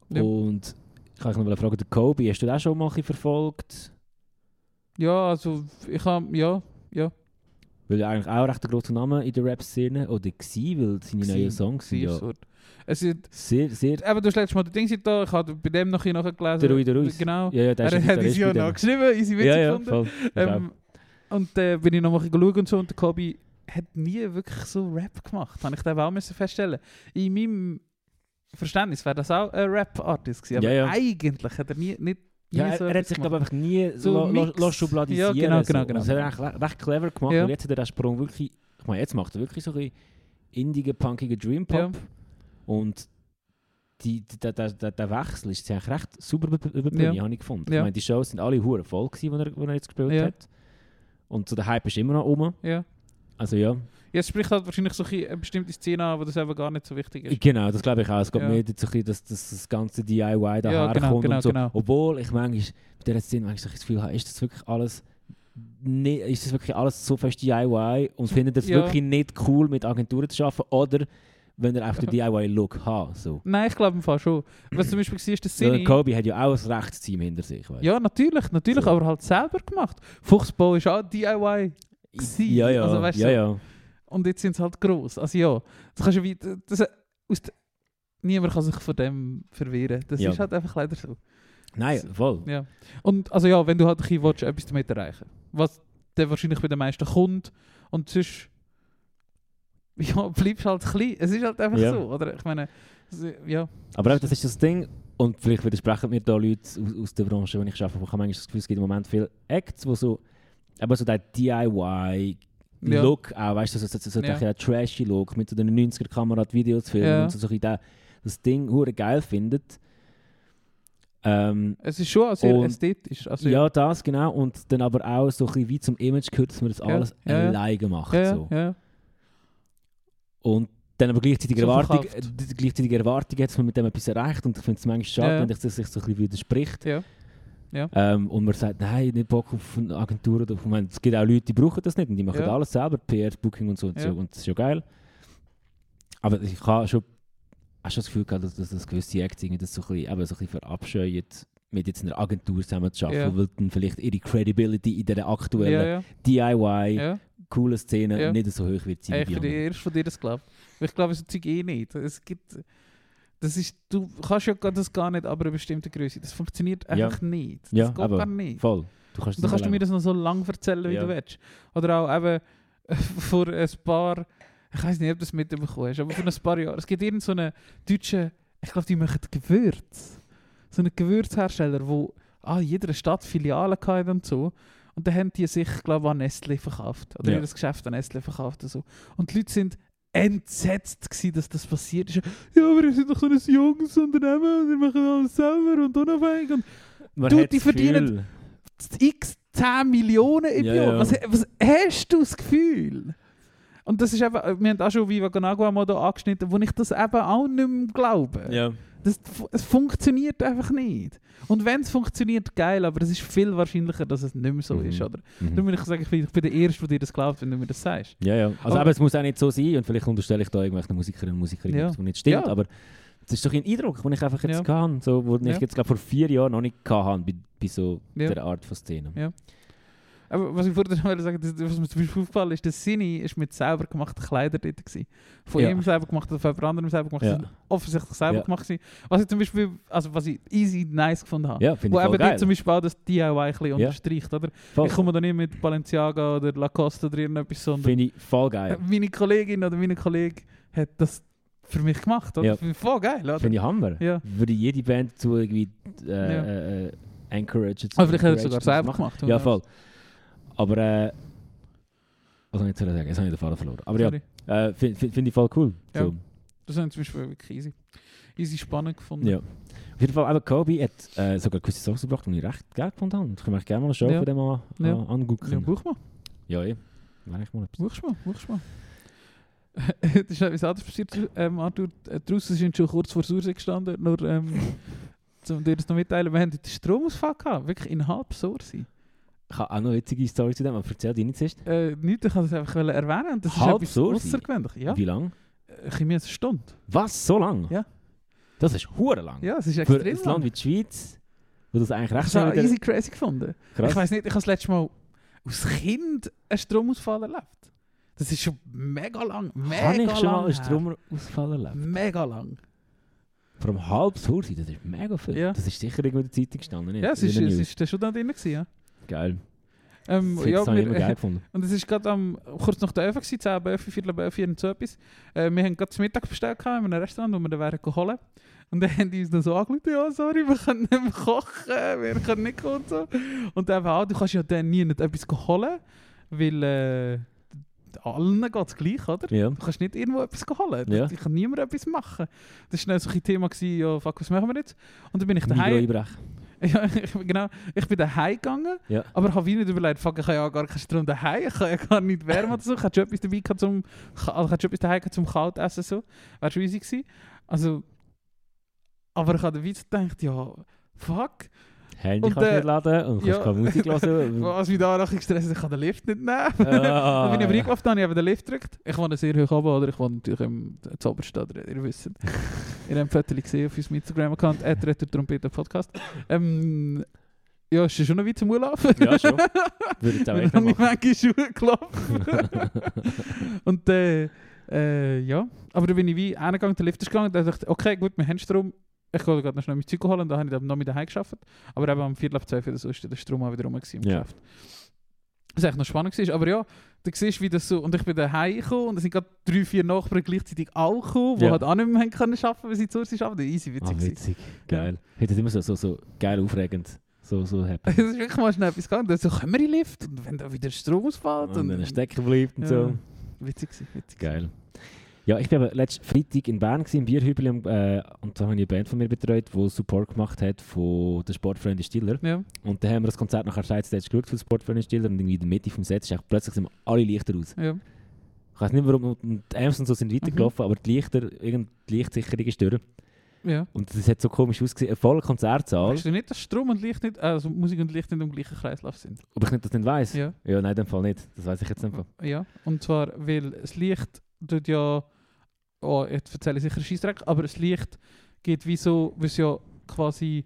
Ja. Und ich kann dich noch fragen, der Kobe, hast du den auch schon mal ein bisschen verfolgt? Ja, also ich habe, ja, Weil er eigentlich auch recht ein grosser Name in der Rap-Szene oder war, weil seine Gsi. neuen Songs sind sehr ja ja. Es ist, sehr, sehr... eben, du hast letztes Mal das Ding da, ich habe bei dem noch ein bisschen nachgelesen. Der Rui de Ruiz. Genau. Ja, ja, der ist er ein hat uns Gitarrist ja bei noch dem. geschrieben, unsere Witze Ja, ja, gefunden. voll. Ich Ähm, und dann bin ich noch mal geschaut und so und der Kobi hat nie wirklich so Rap gemacht. Habe ich dann auch müssen feststellen. In meinem Verständnis wäre das auch ein Rap-Artist gewesen. Aber Ja, ja. eigentlich hat er nie, nicht, nie Ja, er, so er hat etwas sich gemacht. glaube einfach nie So so eh, lo, Mix. lo schubladisieren. Ja, genau, so. genau, genau. Das hat er eigentlich le- recht clever gemacht. Ja. Und jetzt hat er den Sprung wirklich... Ich meine, jetzt macht er wirklich so ein bisschen indigen, punkigen Dream-Pop. Und die, die, der, der, der, der Wechsel ist eigentlich recht super über über die Bühne, Ja. habe ich gefunden. Ja. Ich meine, die Shows sind alle hure voll gewesen, die er, die er jetzt gespielt Ja. hat. Und so der Hype ist immer noch rum. Ja. Also ja, Ja, es spricht halt wahrscheinlich so ein bisschen eine bestimmte Szene an, wo das eben gar nicht so wichtig ist. genau, das glaube ich auch. Es geht Ja. mir jetzt so ein bisschen, dass, dass das ganze DIY daher Ja, genau, kommt genau, und so. genau. Obwohl ich manchmal bei dieser Szene manchmal das Gefühl habe, ist das wirklich alles... Nee, ist das wirklich alles so fest DIY und findet ihr es Ja. wirklich nicht cool, mit Agenturen zu arbeiten? Oder wenn ihr einfach den DIY-Look habt? So. Nein, ich glaube im Fall schon. Was zum Beispiel war, ist der Weil Sinne. Kobe hat ja auch ein Rechtsteam hinter sich. weißt du. Ja, natürlich, natürlich, So. aber halt selber gemacht. Fuchsbau ist auch DIY. gewesen. Ja, ja, Also, weißt du, ja, ja. Und jetzt sind sie halt gross. Also ja, das kannst du wie, das, aus der- niemand kann sich von dem verwehren. Das Ja. ist halt einfach leider so. Nein, voll. Ja. Und also ja, wenn du halt ein bisschen willst, etwas damit erreichen was dann wahrscheinlich bei den meisten kommt und sonst ja, bleibst halt klein. Es ist halt einfach Ja. so, oder? Ich meine, es- eh, ja. Aber eben, das ist das Ding. Und vielleicht widersprechen mir da Leute aus, aus der Branche, die ich arbeite, wo ich habe manchmal das Gefühl, es gibt im Moment viele Acts, wo so, eben so der DIY-Look ja. auch, weißt du, so, so, so, so Ja. der trashy Look mit so den 90er-Kamera die Videos filmen Ja. und so, so ein bisschen der, das Ding hure geil findet. Ähm, Es ist schon auch sehr Und- ästhetisch. Also, ja, das genau. Und dann aber auch so ein bisschen wie zum Image gehört, dass man das Ja, alles ja, ja. alleine macht. ja, So. ja, ja. Und dann aber gleichzeitig So Erwartung, verkauft. äh, die- gleichzeitig Erwartung hat, dass man mit dem etwas erreicht. Und ich finde es manchmal schade, Ja. wenn sich das sich so ein bisschen widerspricht. Ja. Ja. Ähm, und man sagt, nein, nicht Bock auf eine Agentur. Oder, ich meine, es gibt auch Leute, die brauchen das nicht. Und die machen Ja. alles selber, PR, Booking und so, und Ja. so. Und das ist ja geil. Aber ich habe schon, auch schon das Gefühl gehabt, dass, dass das gewisse Acts irgendwie das so ein bisschen, eben so ein bisschen verabscheut, mit jetzt einer Agentur zusammen zu arbeiten, Ja. weil dann vielleicht ihre Credibility in dieser ja, aktuellen ja, DIY, ja. coolen Szene Ja. nicht so hoch wird sein. Ey, wie ich die bin anderen. der Erste, von dir das glaubt. Ich glaube, so Zeug eh nicht. Es gibt... Das ist... Du kannst ja gar- das gar nicht aber eine bestimmte Größe. Das funktioniert Ja. einfach nicht. Das Ja, geht aber gar nicht. Voll. Du kannst, Und dann das kannst du alleine mir das noch so lang erzählen, wie Ja. du willst. Oder auch eben äh, vor ein paar... Ich weiß nicht, ob du das mitbekommen hast, aber vor ein paar Jahren. Es gibt irgend so einen deutschen... Ich glaube, die machen Gewürz. So einen Gewürzhersteller, wo ah, in jeder Stadt Filialen hatte und so. Und dann haben die sich, glaube ich, an Nestle verkauft. Oder Ja. ihr Geschäft an Nestle verkauft und so. Und die Leute sind entsetzt gewesen, dass das passiert ist. Ja, aber ihr seid doch so ein junges Unternehmen und ihr macht alles selber und unabhängig. Und Man Du, hat die das Gefühl- verdienen- x 10 Millionen im Ja, Jahr. ja. Was, was hast du das Gefühl? Und das ist eben, wir haben auch schon Viva Ganagua mal da angeschnitten, wo ich das eben auch nicht mehr glaube. Ja. Das, fu- es funktioniert einfach nicht. Und wenn es funktioniert, geil, aber es ist viel wahrscheinlicher, dass es nicht mehr so Mhm. ist, oder? Darum Mhm. will ich sagen, ich bin, ich bin der Erste, der dir das glaubt, wenn du mir das sagst. ja, ja. Also Aber- aber es muss auch nicht so sein und vielleicht unterstelle ich da irgendwelchen Musikerinnen und Musikern, Ja. ja. was nicht stimmt, Ja. aber das ist doch ein Eindruck, den ich einfach Ja. jetzt ja. hatte, so, den Ja. ich jetzt glaube vor vier Jahren noch nicht hatte, bei, bei so Ja. dieser Art von Szene. Ja. Aber was ich vorher noch wollte sagen das, was mir zum Beispiel aufgefallen ist, der Sini ist mit selber gemachten Kleidern dort. Gewesen. Von Ja. ihm selber gemacht oder von jemand anderem selber gemacht. Ja. Das sind offensichtlich selber Ja. gemacht. Gewesen. Was ich zum Beispiel, also was ich easy nice gefunden habe. Ja, finde Wo ich eben voll dort geil. zum Beispiel auch das DIY ein bisschen unterstreicht, oder? Voll. Ich komme da nicht mit Balenciaga oder Lacoste oder irgendetwas, sondern Finde ich voll geil. meine Kollegin oder meine Kollege hat das für mich gemacht, oder? Ja. Finde ich Voll geil, oder? Finde ich Hammer. Ja. Würde jede Band dazu irgendwie äh, Ja. äh, äh, encourage. Aber vielleicht hat er es encourage, sogar dass sie selber machen. gemacht. Ja, voll. Aber äh, was soll ich jetzt sagen? Jetzt habe ich den Faden verloren. Aber Sorry. ja, äh, finde find, find ich voll cool. Ja. So. Das haben zum Beispiel wirklich easy, easy spannend gefunden. Ja. Auf jeden Fall, eben Kobe hat äh, sogar gewisse Songs gebracht, die ich recht geil gefunden habe. Ich kann mich gerne mal eine Show Ja. von dem an, Ja. an, Ja, angucken. buch mal. eh, Ja, ja. Wäre ich mal etwas. Wuchst mal, wuchst mal. Het is etwas anderes passiert, ähm, Arthur. Äh, Die Russen sind schon kurz vor Sursee gestanden, nur ähm, um dir das noch mitteilen, wir haben heute einen Stromausfall gehabt, wirklich in halb Sursee. Ich habe auch noch witzige Story zu dem, aber erzähl die nicht zuerst. Äh, nicht, ich kann das einfach erwähnen. und Das Halb ist etwas Sursee? außergewöhnlich. Ja. Wie lange? Äh, Chemie jetzt eine Stunde. Was? So lang? Ja. Das ist hure lang. Ja, es ist Für extrem ein Land wie die Schweiz, wo das eigentlich recht Ich habe wieder- easy crazy gefunden. Krass. Ich weiß nicht, ich habe das letzte Mal als Kind einen Stromausfall erlebt. Das ist schon mega lang. Mega Kann ich lang schon mal einen her. Stromausfall erleben? Mega lang. Vor allem halb so sein, das ist mega viel. Ja. Das ist sicher irgendwo in der Zeitung gestanden. Nicht? Ja, es In ist, der es News. ist das schon da drin. Gewesen, ja. geil. Ähm, Das ja, habe ich immer wir- geil gefunden. Und es ist gerade am, kurz nach der Öfen, 10 bei 11, Viertel bei 11 und so etwas. Äh, wir haben gerade zum Mittag bestellt gehabt in einem Restaurant, wo wir dann wären geholt. Und dann haben die uns dann so angeschaut, ja sorry, wir können nicht mehr kochen, wir können nicht kommen und so. Und dann auch, du kannst ja dann nie nicht etwas holen, weil äh, allen geht es gleich, oder? Ja. Du kannst nicht irgendwo etwas holen. Ja. Ich kann niemand etwas machen. Das war dann so ein Thema, gewesen, ja fuck, was machen wir jetzt? Und dann bin ich Migros daheim. einbrechen. Ja, nou ich, bin- genau. Ich bin daheim gegangen, Ja. aber habe wie nicht überlegt, fuck, ich habe ja gar keinen Strom daheim, ich kann ja gar nicht wärmen oder so. Ich hatte schon etwas dabei gehabt zum, also ich hatte schon etwas daheim gehabt zum kalt essen, so. Wäre schon easy gewesen. Also, aber ich habe dann weiter gedacht, ja, fuck, Handy Und, kannst du äh, nicht laden und kannst ja. keine Musik hören. was mich da noch gestresst hat, ich kann den Lift nicht nehmen. Hm. Ah, Dann bin ich aber ja. reingelaufen, dann habe ich eben den Lift gedrückt. Ich wohne sehr hoch oben, oder ich wohne natürlich im Zoberst, oder ihr wisst. ihr habt Fotos gesehen auf unserem Instagram-Account, Trompeten-Podcast. Ähm, ja, ist ja schon noch weit zum Urlaufen. Ja, schon. Würde ich jetzt auch Dann echt habe noch ich machen. manchmal Schuhe gelaufen. Und äh, äh, ja, aber dann bin ich wie reingegangen, der Lift ist gegangen, dann dachte ich, okay, gut, wir haben Strom. Ich gehe gerade noch schnell mein Zeug holen, und dann habe ich dann noch mit daheim geschafft. Aber eben am Viertel ab 12 oder so ist dann der Strom auch wieder rum gewesen im Ja. Geschäft. Was eigentlich noch spannend war. Aber ja, du siehst, wie das so... Und ich bin daheim gekommen und es sind gerade drei, vier Nachbarn gleichzeitig alle gekommen, die Ja. halt auch nicht mehr haben können arbeiten, weil sie zu Hause arbeiten. Easy, witzig. Ah, gewesen. witzig. Geil. Heute ist immer so, so, so geil aufregend. So, so happy. Es ist wirklich mal schnell etwas gegangen. Dann so, können wir in den Lift? Und wenn da wieder Strom ausfällt? Und dann ein Stecker bleibt und Ja. so. Witzig gewesen, witzig. Geil. Ja, ich war letzten Freitag in Bern, gewesen, im Bierhübel, am, äh, und da habe ich eine Band von mir betreut, die Support gemacht hat von den Sportfreunden Stiller. Ja. Und dann haben wir das Konzert nachher Sidestage geschaut von Sportfreunden Stiller und irgendwie in der Mitte vom Set ist echt, plötzlich sind alle Lichter aus. Ja. Ich weiß nicht warum, und- und die Amps und so sind Mhm. weitergelaufen, aber die Lichter, irgend die Lichtsicherung ist durch. Ja. Und das hat so komisch ausgesehen, ein voller Konzertsaal, Weißt du nicht, dass Strom und Licht nicht, also Musik und Licht nicht im gleichen Kreislauf sind? ob ich nicht, das nicht weiss. Ja. Ja. Mhm. nein, in dem Fall nicht. Das weiß ich jetzt einfach. Ja. Und zwar, weil das Licht tut ja. Oh, jetzt erzähle ich sicher Scheißdreck, aber das Licht geht wie so, weil es ja quasi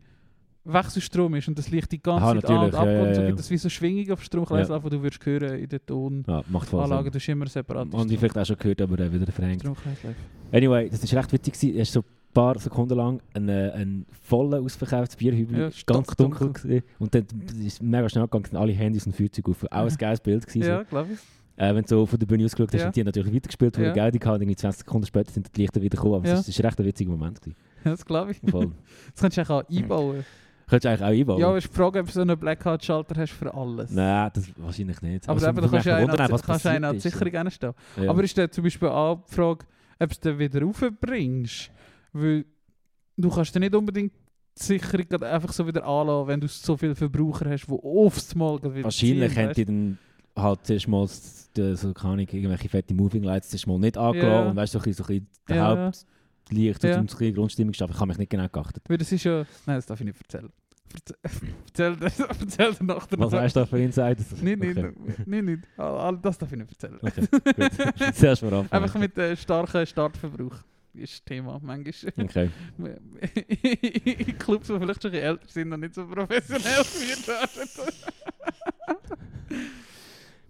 Wechselstrom ist und das Licht die ganze Aha, Zeit an und natürlich, ab ja, und so ja, ja. gibt es wie so Schwingung auf Stromkreislauf, die du würdest hören in der Tonanlage, Ja, macht voll Sinn. das ist immer separat. Und ich vielleicht auch schon gehört, aber äh, wieder verhängt. Stromkreislauf. Anyway, das war recht witzig. gewesen. Es war so ein paar Sekunden lang ein, äh, ein voller ausverkauftes Bierhübel. Ja, Es war ganz dunkel. stockdunkel. gewesen. Und dann ist es mega schnell gegangen, sind alle Handys und Feuerzeug auf. Auch ein Ja. geiles Bild. Gewesen, Ja, glaube ich. so. äh, wenn du so von der Bühne ausgeschaut hast, Ja. und die haben natürlich weitergespielt, wo Ja. ja. Geld hatte. Irgendwie 20 Sekunden später sind die Lichter wieder gekommen. Aber Ja. es war recht ein witziger Moment. Gewesen. Das glaube ich. Voll. Das kannst du eigentlich auch einbauen. Könntest du eigentlich auch einbauen? Ja, aber ich frage, ob du so einen Blackout-Schalter hast für alles. Nein, das wahrscheinlich nicht. Aber es eben, da würde kannst du mich einen wundern, an, was kannst passiert einen an die ist. Sicherung hinstellen. Ja. Aber ist dann zum Beispiel auch die Frage, ob du den wieder raufbringst? Weil du kannst dann nicht unbedingt die Sicherung gerade einfach so wieder anlassen, wenn du so viele Verbraucher hast, die aufs Mal gerade wieder Wahrscheinlich ziehen, haben die dann halt zuerst mal s- d- so keine Ahnung, irgendwelche fette Moving Lights zuerst mal nicht angelassen Ja. und weißt du, so ein bisschen, so ein bisschen der Ja. Hauptlicht Ja. und so ein bisschen Grundstimmung geschaffen. Ich habe mich nicht genau geachtet. Weil das ist ja... Nein, das darf ich nicht erzählen. Erzähl, erzähl, erzähl dir nachher. Was hast du da für Insights? Nein, nein, nein, nein. Ah, Das darf ich nicht erzählen. Okay, gut. Zuerst mal anfangen. Einfach mit äh, starken Startverbrauch ist das Thema manchmal. Okay. in Clubs, die vielleicht schon ein bisschen älter sind und nicht so professionell geführt werden.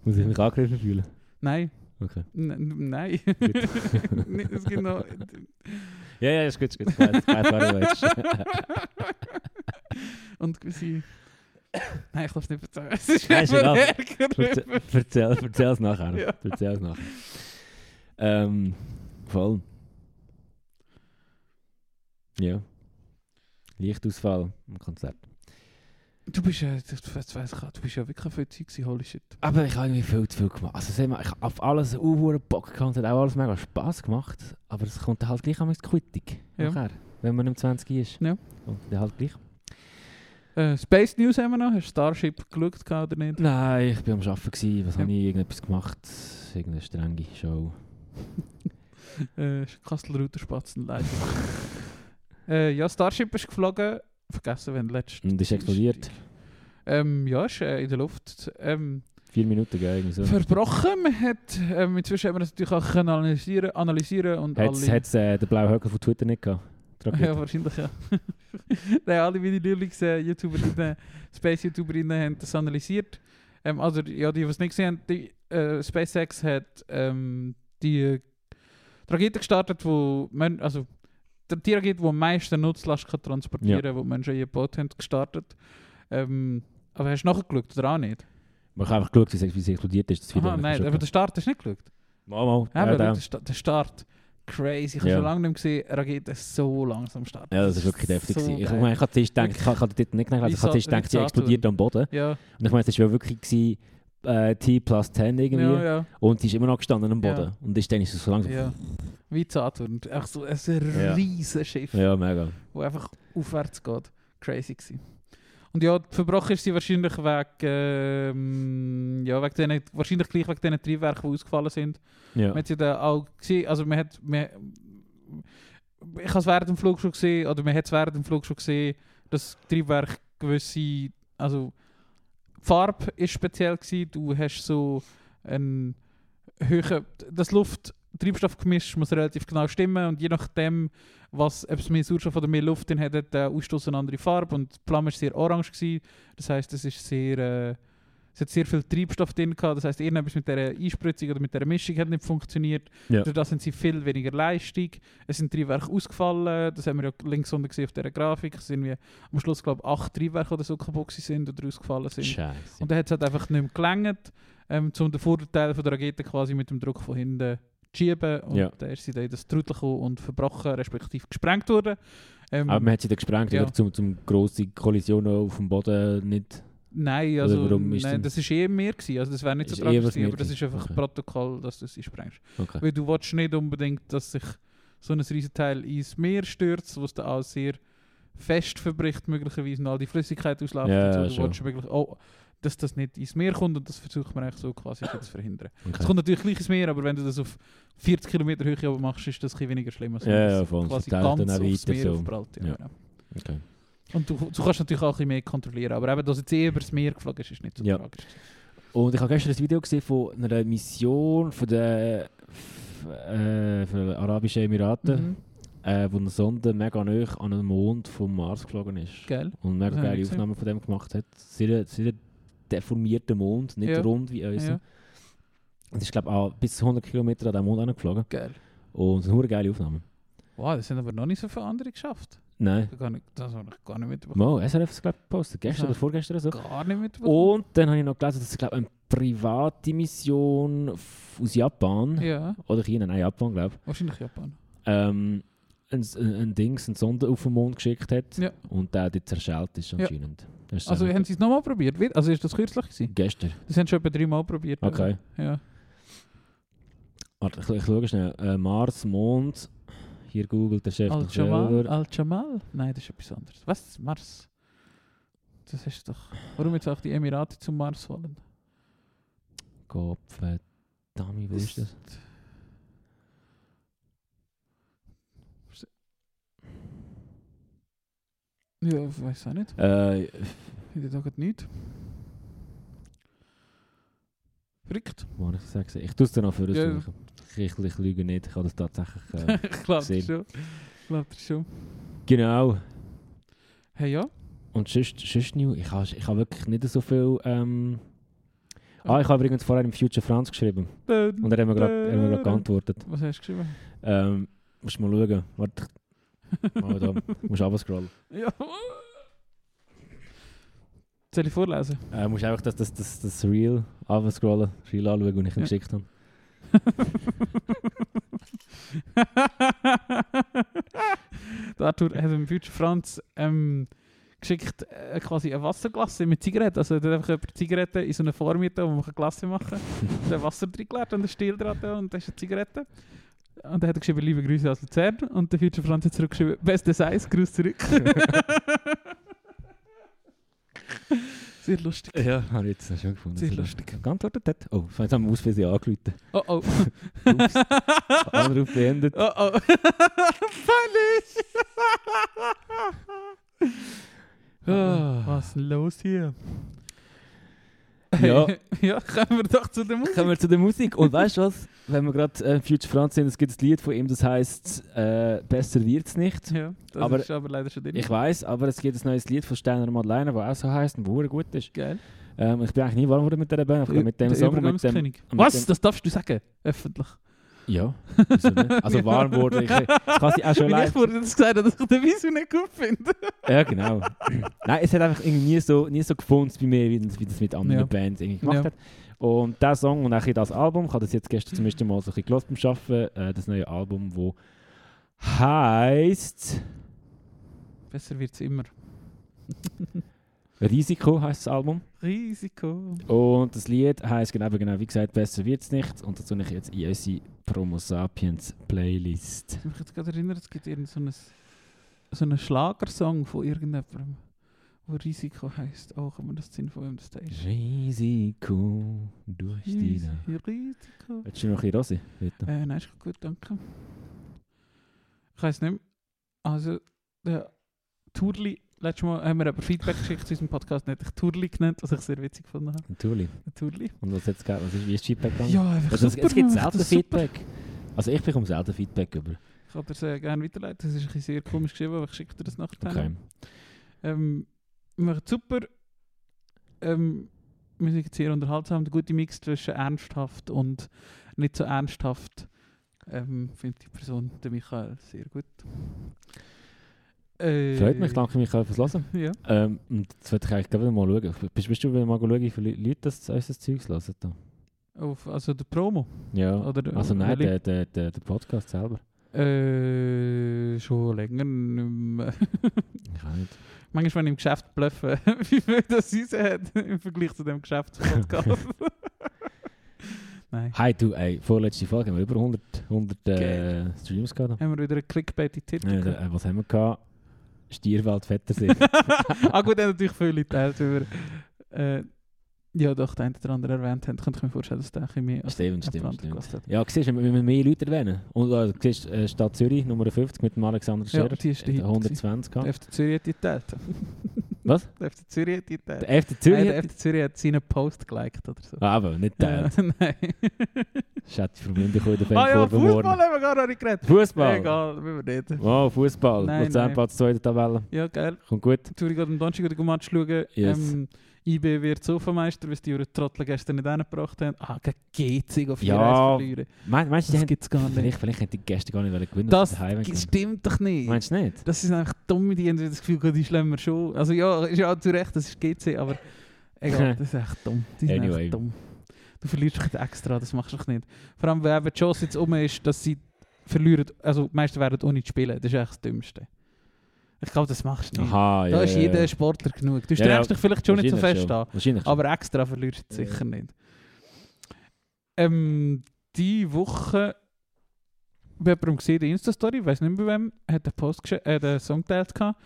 Muss ich mich angegriffen fühlen? Nein. Okay. N- n- nein. Gut. Nicht, es gibt noch. Ja, ja, ist gut, ist gut. Ich weiss, ich weiss, was du willst. und gewisse. Nein, ich glaube es nicht verzeihen. Es ist Nein, ist egal. einfach ärgerlich. Verze- Erzähl erzähl es nachher. Ja. Erzähl es nachher. Ähm, voll. Ja. Lichtausfall im Konzert. Du bist ja, das weiss ich auch, du bist ja wirklich viel Zeit gewesen, holy shit. Aber ich habe irgendwie viel zu viel gemacht. Also sehen wir, ich habe auf alles unhuren Bock gehabt, es hat auch alles mega Spass gemacht. Aber es kommt dann halt gleich einmal die Quittung. Ja. Nachher, wenn man um 20 ist. Ja. Und dann halt gleich. Äh, Space News haben wir noch. Hast du Starship geschaut gehabt oder nicht? Nein, ich war am Arbeiten. Gewesen. Was Ja. habe ich? Irgendetwas gemacht? Irgendeine strenge Show. Äh, Kastelruther Spatzen leider. äh, ja, Starship ist geflogen. Vergessen, wenn letztes. Und ist explodiert. Ähm, ja, ist äh, in der Luft. Ähm, Vier Minuten, gell? Irgendwie so. verbrochen. Man hat, ähm, inzwischen haben wir das natürlich auch können analysieren, analysieren und alle... Hat es äh, den blauen Höcker von Twitter nicht gehabt? Die Rakete. Ja, wahrscheinlich ja. Nein, alle meine Lieblings-YouTuberinnen, Space-YouTuberinnen haben das analysiert. Ähm, also, ja, die, die es nicht gesehen haben, die, äh, SpaceX hat ähm, die äh, die Rakete gestartet, wo man, also die- die Rakete, die am meisten Nutzlast kann transportieren kann, die Menschen gebaut haben, gestartet. Ähm, aber hast du nachgeschaut oder auch nicht? Man hat einfach geschaut, wie es- wie es explodiert ist. Das Video Aha, habe ich nein, schon aber der Start hast du nicht geschaut. gehabt. Mal, mal. Ja, Ja, aber da. der, Sta- der Start, crazy. Ich habe Ja. schon lange nicht mehr gesehen, eine Rakete so langsam starten. ja, das ist wirklich deftig. gewesen. ich geil. meine, ich hatte zuerst gedacht, ich habe den Titel nicht gelesen, Wie ich hatte zuerst Sa- gedacht, wie sie explodiert am Boden. Ja, Und ich meine, es war ja wirklich gewesen, äh, T plus 10 irgendwie. ja, ja. Und sie ist immer noch gestanden am Ja. Boden. Und ist dann ist es so langsam. ja. Wie Saturn. Echt so ein Ja. riesen Schiff, das Ja, mega. einfach aufwärts geht. Crazy gewesen. Und ja, verbrochen ist sie wahrscheinlich wegen, ähm, ja, wegen denen, wahrscheinlich gleich wegen diesen Triebwerken, die ausgefallen sind. Ja. Man hat sie dann auch gesehen, also man hat, man, ich habe es während dem Flug schon gesehen, oder man hat es während dem Flug schon gesehen, dass das Triebwerk gewisse, also die Farbe ist speziell gewesen, du hast so einen höheren, das Luft-Treibstoffgemisch muss relativ genau stimmen und je nachdem, was, ob es mehr Sauerstoff oder mehr Luft drin hat, hat der Ausstoß eine andere Farbe und die Flamme war sehr orange, gewesen. das heisst, es ist sehr... Äh, es hat sehr viel Treibstoff drin gehabt, das heisst, irgendetwas mit dieser Einspritzung oder mit dieser Mischung hat nicht funktioniert. Ja. Dadurch haben sie viel weniger Leistung. Es sind Triebwerke ausgefallen, das haben wir ja links unten gesehen auf dieser Grafik. Es sind wie am Schluss, glaube ich, acht Triebwerke oder so kaputt gewesen sind oder ausgefallen sind. Scheiße. Und dann hat es halt einfach nicht mehr gelangt, ähm, um den Vorderteil von der Rakete quasi mit dem Druck von hinten zu schieben. Und Ja. dann ist sie dann in das Trudel gekommen und verbrochen, respektive gesprengt worden. Ähm, Aber man hat sie dann gesprengt, Ja. oder? Zum, zum grossen Kollision auf dem Boden nicht. Nein, also warum ist nein, denn- das ist eh mehr gewesen. Also das wäre nicht so Ist eh tragisch was gewesen, mehr aber das ist gewesen. einfach Okay. Protokoll, dass du es einsprengst. Okay. Weil du willst nicht unbedingt, dass sich so ein Riesenteil ins Meer stürzt, was dann auch sehr fest verbricht möglicherweise und all die Flüssigkeit ausläuft. Ja, und so. Du schon. willst möglich, oh, dass das nicht ins Meer kommt und das versucht man eigentlich so quasi zu verhindern. Es okay. kommt natürlich gleich ins Meer, aber wenn du das auf 40 km Höhe oben machst, ist das ein bisschen weniger schlimm, als wenn Ja, das ja, voll. Es quasi verteilt ganz dann auch aufs weiter Meer so. aufprallt. Ja, Ja. genau. Okay. Und du, du kannst natürlich auch ein bisschen mehr kontrollieren, aber eben, dass jetzt eh über das Meer geflogen ist, ist nicht so Ja. tragisch. Und ich habe gestern ein Video gesehen von einer Mission von den, f- äh, von den Arabischen Emiraten, Mhm. äh, wo eine Sonde mega nah an den Mond vom Mars geflogen ist. Geil. Und mega Das habe ich geile gesehen. Aufnahmen von dem gemacht hat. Sehr, sehr deformierter Mond, nicht Ja. rund wie Ja, uns. Und es ist, glaube ich, auch bis zu 100 km an den Mond angeflogen. Geil. Und es sind hure geile Aufnahmen. Wow, das sind aber noch nicht so viele andere geschafft. Nein. Das habe ich gar nicht mitbekommen. Mal, SRF hat es, glaube ich, gepostet. Gestern Ja. oder vorgestern so. Gar nicht mitbekommen. Und dann habe ich noch gelesen, dass es, glaube ich, eine private Mission f- aus Japan, Ja, oder China, nein, Japan, glaube ich, wahrscheinlich Japan. ähm, ein, S- ein, ein Dings, eine Sonde auf den Mond geschickt hat Ja. und der dort zerschellt ist Ja. anscheinend. Das ist Also so- haben sie es nochmal probiert? Wie- Also ist das kürzlich gewesen? Gestern, Das haben sie schon etwa dreimal probiert. oder? okay. Ja. Warte, ich, ich schaue schnell. Äh, Mars, Mond, hier googelt der Chef noch Al-Jamal? selber. Al-Jamal? Nein, das ist etwas anderes. Was? Mars? Das ist doch... Warum jetzt auch die Emirate zum Mars wollen? Gott, verdammt, wo ist das? Ja, ich weiß auch nicht. Äh, Ich da gerade nichts. Verrückt. wo habe ich das gesagt? Ich tue es dir noch für uns Ja. suchen. Ich, ich lüge nicht, ich habe das tatsächlich... Äh, ich glaube Sinn. das schon. Ich glaube das schon. genau. Hey ja? Und sonst, sonst New, ich habe ich ha wirklich nicht so viel. Ähm, Ah, ich habe übrigens vorher im Future Franz geschrieben. Und er hat mir gerade- er hat mir gerade geantwortet. Was hast du geschrieben? Ähm, musst mal schauen. Warte, ich- mal da. musst aber scrollen. Ja. Soll ich vorlesen? Äh, musst einfach das, das, das, das Reel runterscrollen, Reel anschauen, das ich ihm Ja. geschickt habe. Der Arthur hat im Future Franz ähm, geschickt äh, quasi eine Wasserglasse mit Zigaretten. Also er hat einfach jemand Zigaretten in so eine Form getan, wo man eine Glasse machen kann. Und dann Wasser drin geleert und einen Stiel dran getan und das ist eine Zigarette. Und dann hat er geschrieben, liebe Grüße aus Luzern. Und der Future Franz hat zurückgeschrieben, beste Size, Grüß zurück. Sehr lustig. Ja, habe ich Ah, jetzt schon gefunden. Sehr dass er lustig. das Geantwortet hat. Oh, jetzt haben wir aus, wie sie angerufen Oh oh. Ups. Anruf beendet. Oh oh. Peinlich. Ah. Was ist denn los hier? Ja. ja, kommen wir doch zu der Musik. Kommen wir zu der Musik. Und weißt du was? Wenn wir gerade äh, Future Franz sind, es gibt ein Lied von ihm, das heißt äh, Besser wird's nicht. Ja, das Aber- ist aber leider schon drin. Ich weiß, aber es gibt ein neues Lied von Steiner Madeleine, das auch so heisst und wo gut ist. Geil. Ähm, ich bin eigentlich nie warm geworden mit dieser Band, aber mit dem Der Song. und Mit dem, Übergangskönig. mit Was? dem- Das darfst du sagen? Öffentlich. ja, wieso nicht? Also warm geworden. Ich, das kann sie auch schon Weil live. ich wurde jetzt gesagt, dass ich den Wieso nicht gut finde. Ja, genau. Nein, es hat einfach irgendwie nie so, nie so gefunden bei mir, wie das, wie das mit anderen Ja. Bands irgendwie gemacht Ja. hat. Und der Song und auch das Album, ich habe das jetzt gestern zum ersten Mal so ein bisschen gehört beim Arbeiten, äh, das neue Album, wo heißt Besser wird es immer. Risiko heißt das Album. Risiko. Und das Lied heißt genau, genau wie gesagt, besser wird's nicht. Und das tue ich jetzt in unsere Promo Sapiens Playlist. Ich mich jetzt gerade erinnert, es gibt irgendeinen so so einen Schlagersong von irgendjemandem, wo Risiko heisst. Oh, kann man das sehen, von wem das da ist? Risiko durch die Ris- Nacht. Risiko. Willst du noch ein bisschen Rose? bitte? Äh, nein, ist gut, danke. Ich weiß nicht mehr. Also, der Turli, letztes Mal haben wir aber Feedback geschickt zu unserem Podcast, nicht ich Turli genannt, was ich sehr witzig gefunden habe. Natürlich. Der Turli. Und was jetzt was ist, wie ist Feedback gegangen? Ja, einfach Also, es, super. es gibt man macht selten das super. Feedback. Also ich bekomme selten Feedback über. Ich kann dir sehr gerne weiterleiten. Das ist ein bisschen sehr komisch geschrieben, aber ich schicke dir das nachher. Okay. Ähm, wir machen super. Ähm, wir sind jetzt sehr unterhaltsam. Der gute Mix zwischen ernsthaft und nicht so ernsthaft ähm, findet die Person, der Michael, sehr gut. Äh, Freut mich, danke Michael fürs Hören. Ja. Ähm, und jetzt würde ich eigentlich gerne wieder mal schauen. Bist, bist du wieder mal schauen, wie viele Leute das unser Zeugs hören? Da? Auf, also der Promo. Ja. Oder, also nein, Welche? der, der, der, der Podcast selber. Äh, schon länger nicht mehr. Ich auch nicht. Manchmal, wenn ich im Geschäft bluffe, wie viel das Eisen hat im Vergleich zu dem Geschäftspodcast. Nein. Hey du, ey, vorletzte Folge haben wir über 100, 100 äh, Geil. Streams gehabt. Haben wir wieder einen Clickbait in die Titel? Äh, gehabt? äh, was haben wir gehabt? Stierwald Vettersee. ah gut, er hat natürlich viele Leute teilt, weil wir äh, ja doch den einen oder anderen erwähnt haben. Könnte ich mir vorstellen, dass der ein bisschen mehr als stimmt, jemand stimmt, anderes stimmt. gehasst hat. Ja, siehst du, wir müssen mehr Leute erwähnen. Und äh, du siehst, äh, Stadt Zürich, Nummer 50 mit dem Alexander Ja, Scherer. die ist der Hat Hit 120 Der gehabt. FC Zürich hat die geteilt. Was? Der FC Zürich hat die geteilt. Der FC Nein, Zürich der FC Zürich hat seinen Post geliked oder so. Ah, aber nicht Ja, der. Nein. Ich hätte die Verbindung in der Eh, ah ja, Fußball Fan vorbeworfen. haben wir gar noch nicht geredet. Fußball! Egal, wir wir nicht. Wow, Fußball. Nein, Luzern nein. Platz 2 in der Tabelle. Ja, geil. Kommt gut. Zürich geht am Donnerstag wieder den Match schauen. Yes. Ähm, IB wird Sofameister, weil sie die Jure Trottel gestern nicht reingebracht haben. Ah, gegen GC auf 4-1 Ja. verlieren. Mein, meinst du, die Das haben- gibt es gar nicht. vielleicht, vielleicht hätten die Gäste gar nicht wollen gewinnen Das dass sie daheim Das gewinnen. stimmt doch nicht. Meinst du nicht? Das ist einfach dumm, die haben das Gefühl, gehabt, die schlemmen wir schon. Also ja, ist ja auch zu Recht, das ist GC, aber egal, das ist echt dumm. Die sind Anyway. echt dumm. Du verlierst dich extra, das machst du doch nicht. Vor allem, wenn eben die Chance jetzt um ist, dass sie verlieren, also die meisten werden ohne zu spielen, das ist echt das Dümmste. Ich glaube, das machst du nicht. Aha, da ja. ist ja, jeder ja. Sportler genug. Du Ja, nou, strengst ja, dich vielleicht schon nicht so Wahrscheinlich fest an, Wahrscheinlich schon. aber extra verlierst du Ja. sicher nicht. Ähm, die Woche bei jemandem gesehen, die Insta-Story, ich weiß nicht mehr bei wem, hat den, Post gesch- äh, den Song geteilt. gehabt.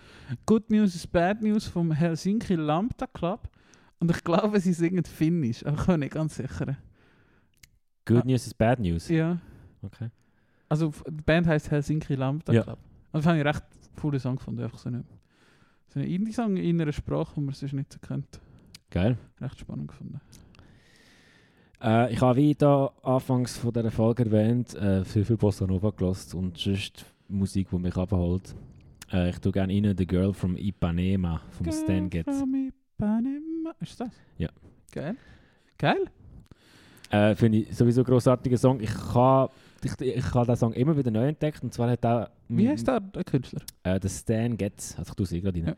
Good News is Bad News vom Helsinki Lambda Club. Und ich glaube, sie singen Finnisch, aber ich bin mir nicht ganz sicher. Good News is Bad News. Ja. Okay. Also f- die Band heißt Helsinki Lambda Ja. Club. Und das habe ich einen recht coolen Song gefunden. Einfach so einen so eine Indie-Song in einer Sprache, die man sonst nicht so kennt. Geil. Recht spannend gefunden. Äh, ich habe wie da anfangs von dieser Folge erwähnt, äh, viel, viel Bossa Nova gelost und sonst Musik, die mich abholt. Äh, ich tue gerne rein The Girl from Ipanema vom Stan Girl Getz. from Ipanema. Ist das? Ja. Geil. Geil? Äh, Finde ich sowieso einen grossartigen Song. Ich habe ich, ich habe den Song immer wieder neu entdeckt und zwar hat auch Wie heißt der, der Künstler? Äh, der Stan Getz, also ich tue sie gerade rein.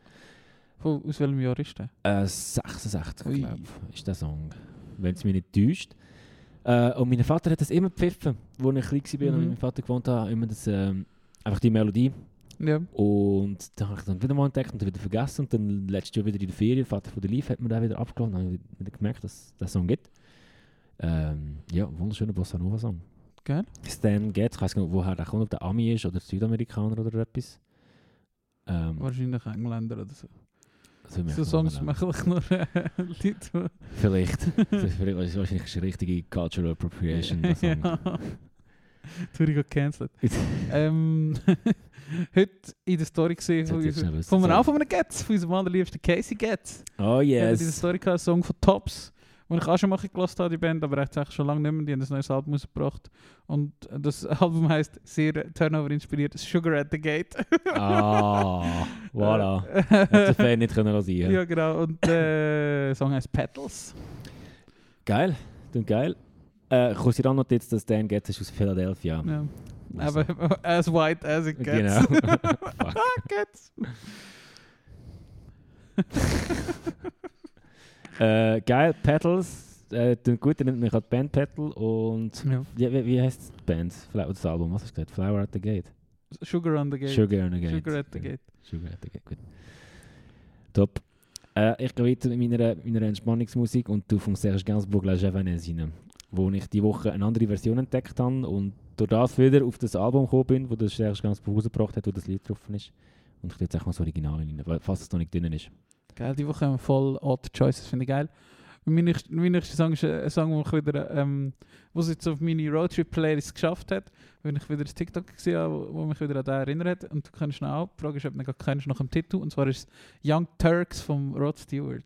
Von, aus welchem Jahr ist der? Äh, 66, Ui. glaube ich, ist der Song. Wenn es mich nicht täuscht. Äh, und mein Vater hat das immer gepfiffen, als ich klein war und Mhm. mit meinem Vater gewohnt habe. Immer das, ähm, einfach die Melodie. Ja. Und dann habe ich dann wieder mal entdeckt und dann wieder vergessen. Und dann letztes Jahr wieder in der Ferien, Vater von der Lief, hat mir den wieder abgeladen. Dann habe ich wieder gemerkt, dass es den Song gibt. Ähm, ja, wunderschöner Bossa Nova Song. Geil. Stan Getz, ich weiß nicht, woher der kommt, ob der Ami ist oder Südamerikaner oder etwas. Ähm, Wahrscheinlich Engländer oder so. das will ich So mir Songs nachher- machen ich nur äh, Leute. Vielleicht. Das ist vielleicht- das ist wahrscheinlich eine richtige Cultural Appropriation. der Song. ja. Turigo cancelled. ähm, heute in der Story gesehen Das von, hätte ich jetzt unserem- nicht von wissen einem auch von einem Getz, von unserem allerliebsten Casey Getz. Oh Yes. In der yes. Story gehabt, einen Song von Tops, Und ich auch schon mal gelassen habe, die Band, aber eigentlich schon lange nicht mehr. Die haben ein neues Album rausgebracht. Und das Album heißt sehr Turnover inspiriert Sugar at the Gate. Ah, voilà. Hätte der Fan nicht können lassen. ja, genau. Und äh, der Song heißt Petals. Geil, klingt geil. Äh, kurz die Randnotiz, dass Dan Getz ist aus Philadelphia. Ja. Also, Aber as white as it gets. Genau. Fuck. Ah, gets. Äh, geil, Petals, äh, klingt gut, er nimmt mich an die Band Petal und... Ja. Ja, wie, wie heisst die Band? Fla das Album, was hast du gesagt? Flower at the Gate? Sugar on the Gate. Sugar at the Gate. Sugar at the Gate. Sugar at the Gate, gut. Top. Äh, ich gehe weiter mit meiner, meiner Entspannungsmusik und du von Serge Gainsbourg La Javanaise rein, wo ich die Woche eine andere Version entdeckt habe und durch das wieder auf das Album gekommen bin, wo das Serge Gainsbourg rausgebracht hat, wo das Lied drauf ist. Und ich tue jetzt auch mal das Original rein, weil- falls es noch nicht drin ist. Geil, die Woche haben wir voll odd choices, finde ich geil. Und Mein nächster, mein nächster Song ist äh, ein Song, den ich wieder, ähm, was jetzt auf meine Roadtrip-Playlist geschafft hat, weil ich wieder ein TikTok gesehen habe, wo- wo mich wieder an den erinnert hat. Und du kennst ihn auch. Die Frage ist, ob du ihn gerade kennst nach dem Titel. Und zwar ist es Young Turks von Rod Stewart.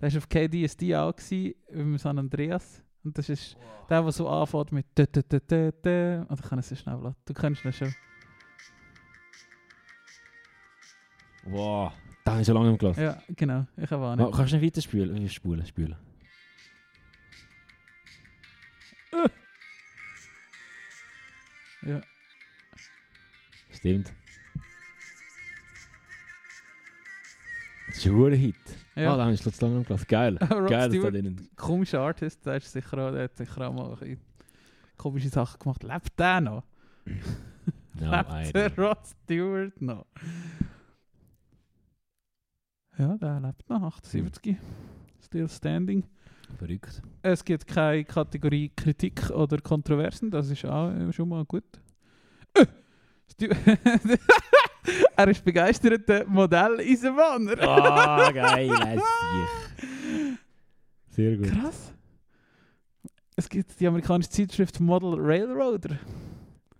Der war auf KDSD auch, gewesen, im San Andreas. Und das ist der, der so anfängt mit dä, dä, dä, dä, dä. Und ich kann es so schnell lassen. Du kennst ihn schon. Wow, da habe ich schon lange nicht mehr gelassen. Ja, genau. Ich habe auch Oh, nicht. kannst du nicht weiter spielen? Spulen, spulen. Eh. Ja. Stimmt. Das ist ein hoher Hit. Ja. Ah, da habe ich schon lange nicht mehr gelassen. Geil. Rod Geil, dass da Stewart. drinnen. komischer Artist, der, ist sicher auch, der hat sicher auch mal ein bisschen komische Sachen gemacht. Lebt der noch? No, Lebt I der Rod Stewart noch? Ja, der lebt noch, Mhm. 78. Still standing. Verrückt. Es gibt keine Kategorie Kritik oder Kontroversen, das ist auch äh, schon mal gut. Äh, Stu- er ist begeisterter Modell-Eisenbahner. Ah, geil, weiss ich. Sehr gut. Krass. Es gibt die amerikanische Zeitschrift Model Railroader.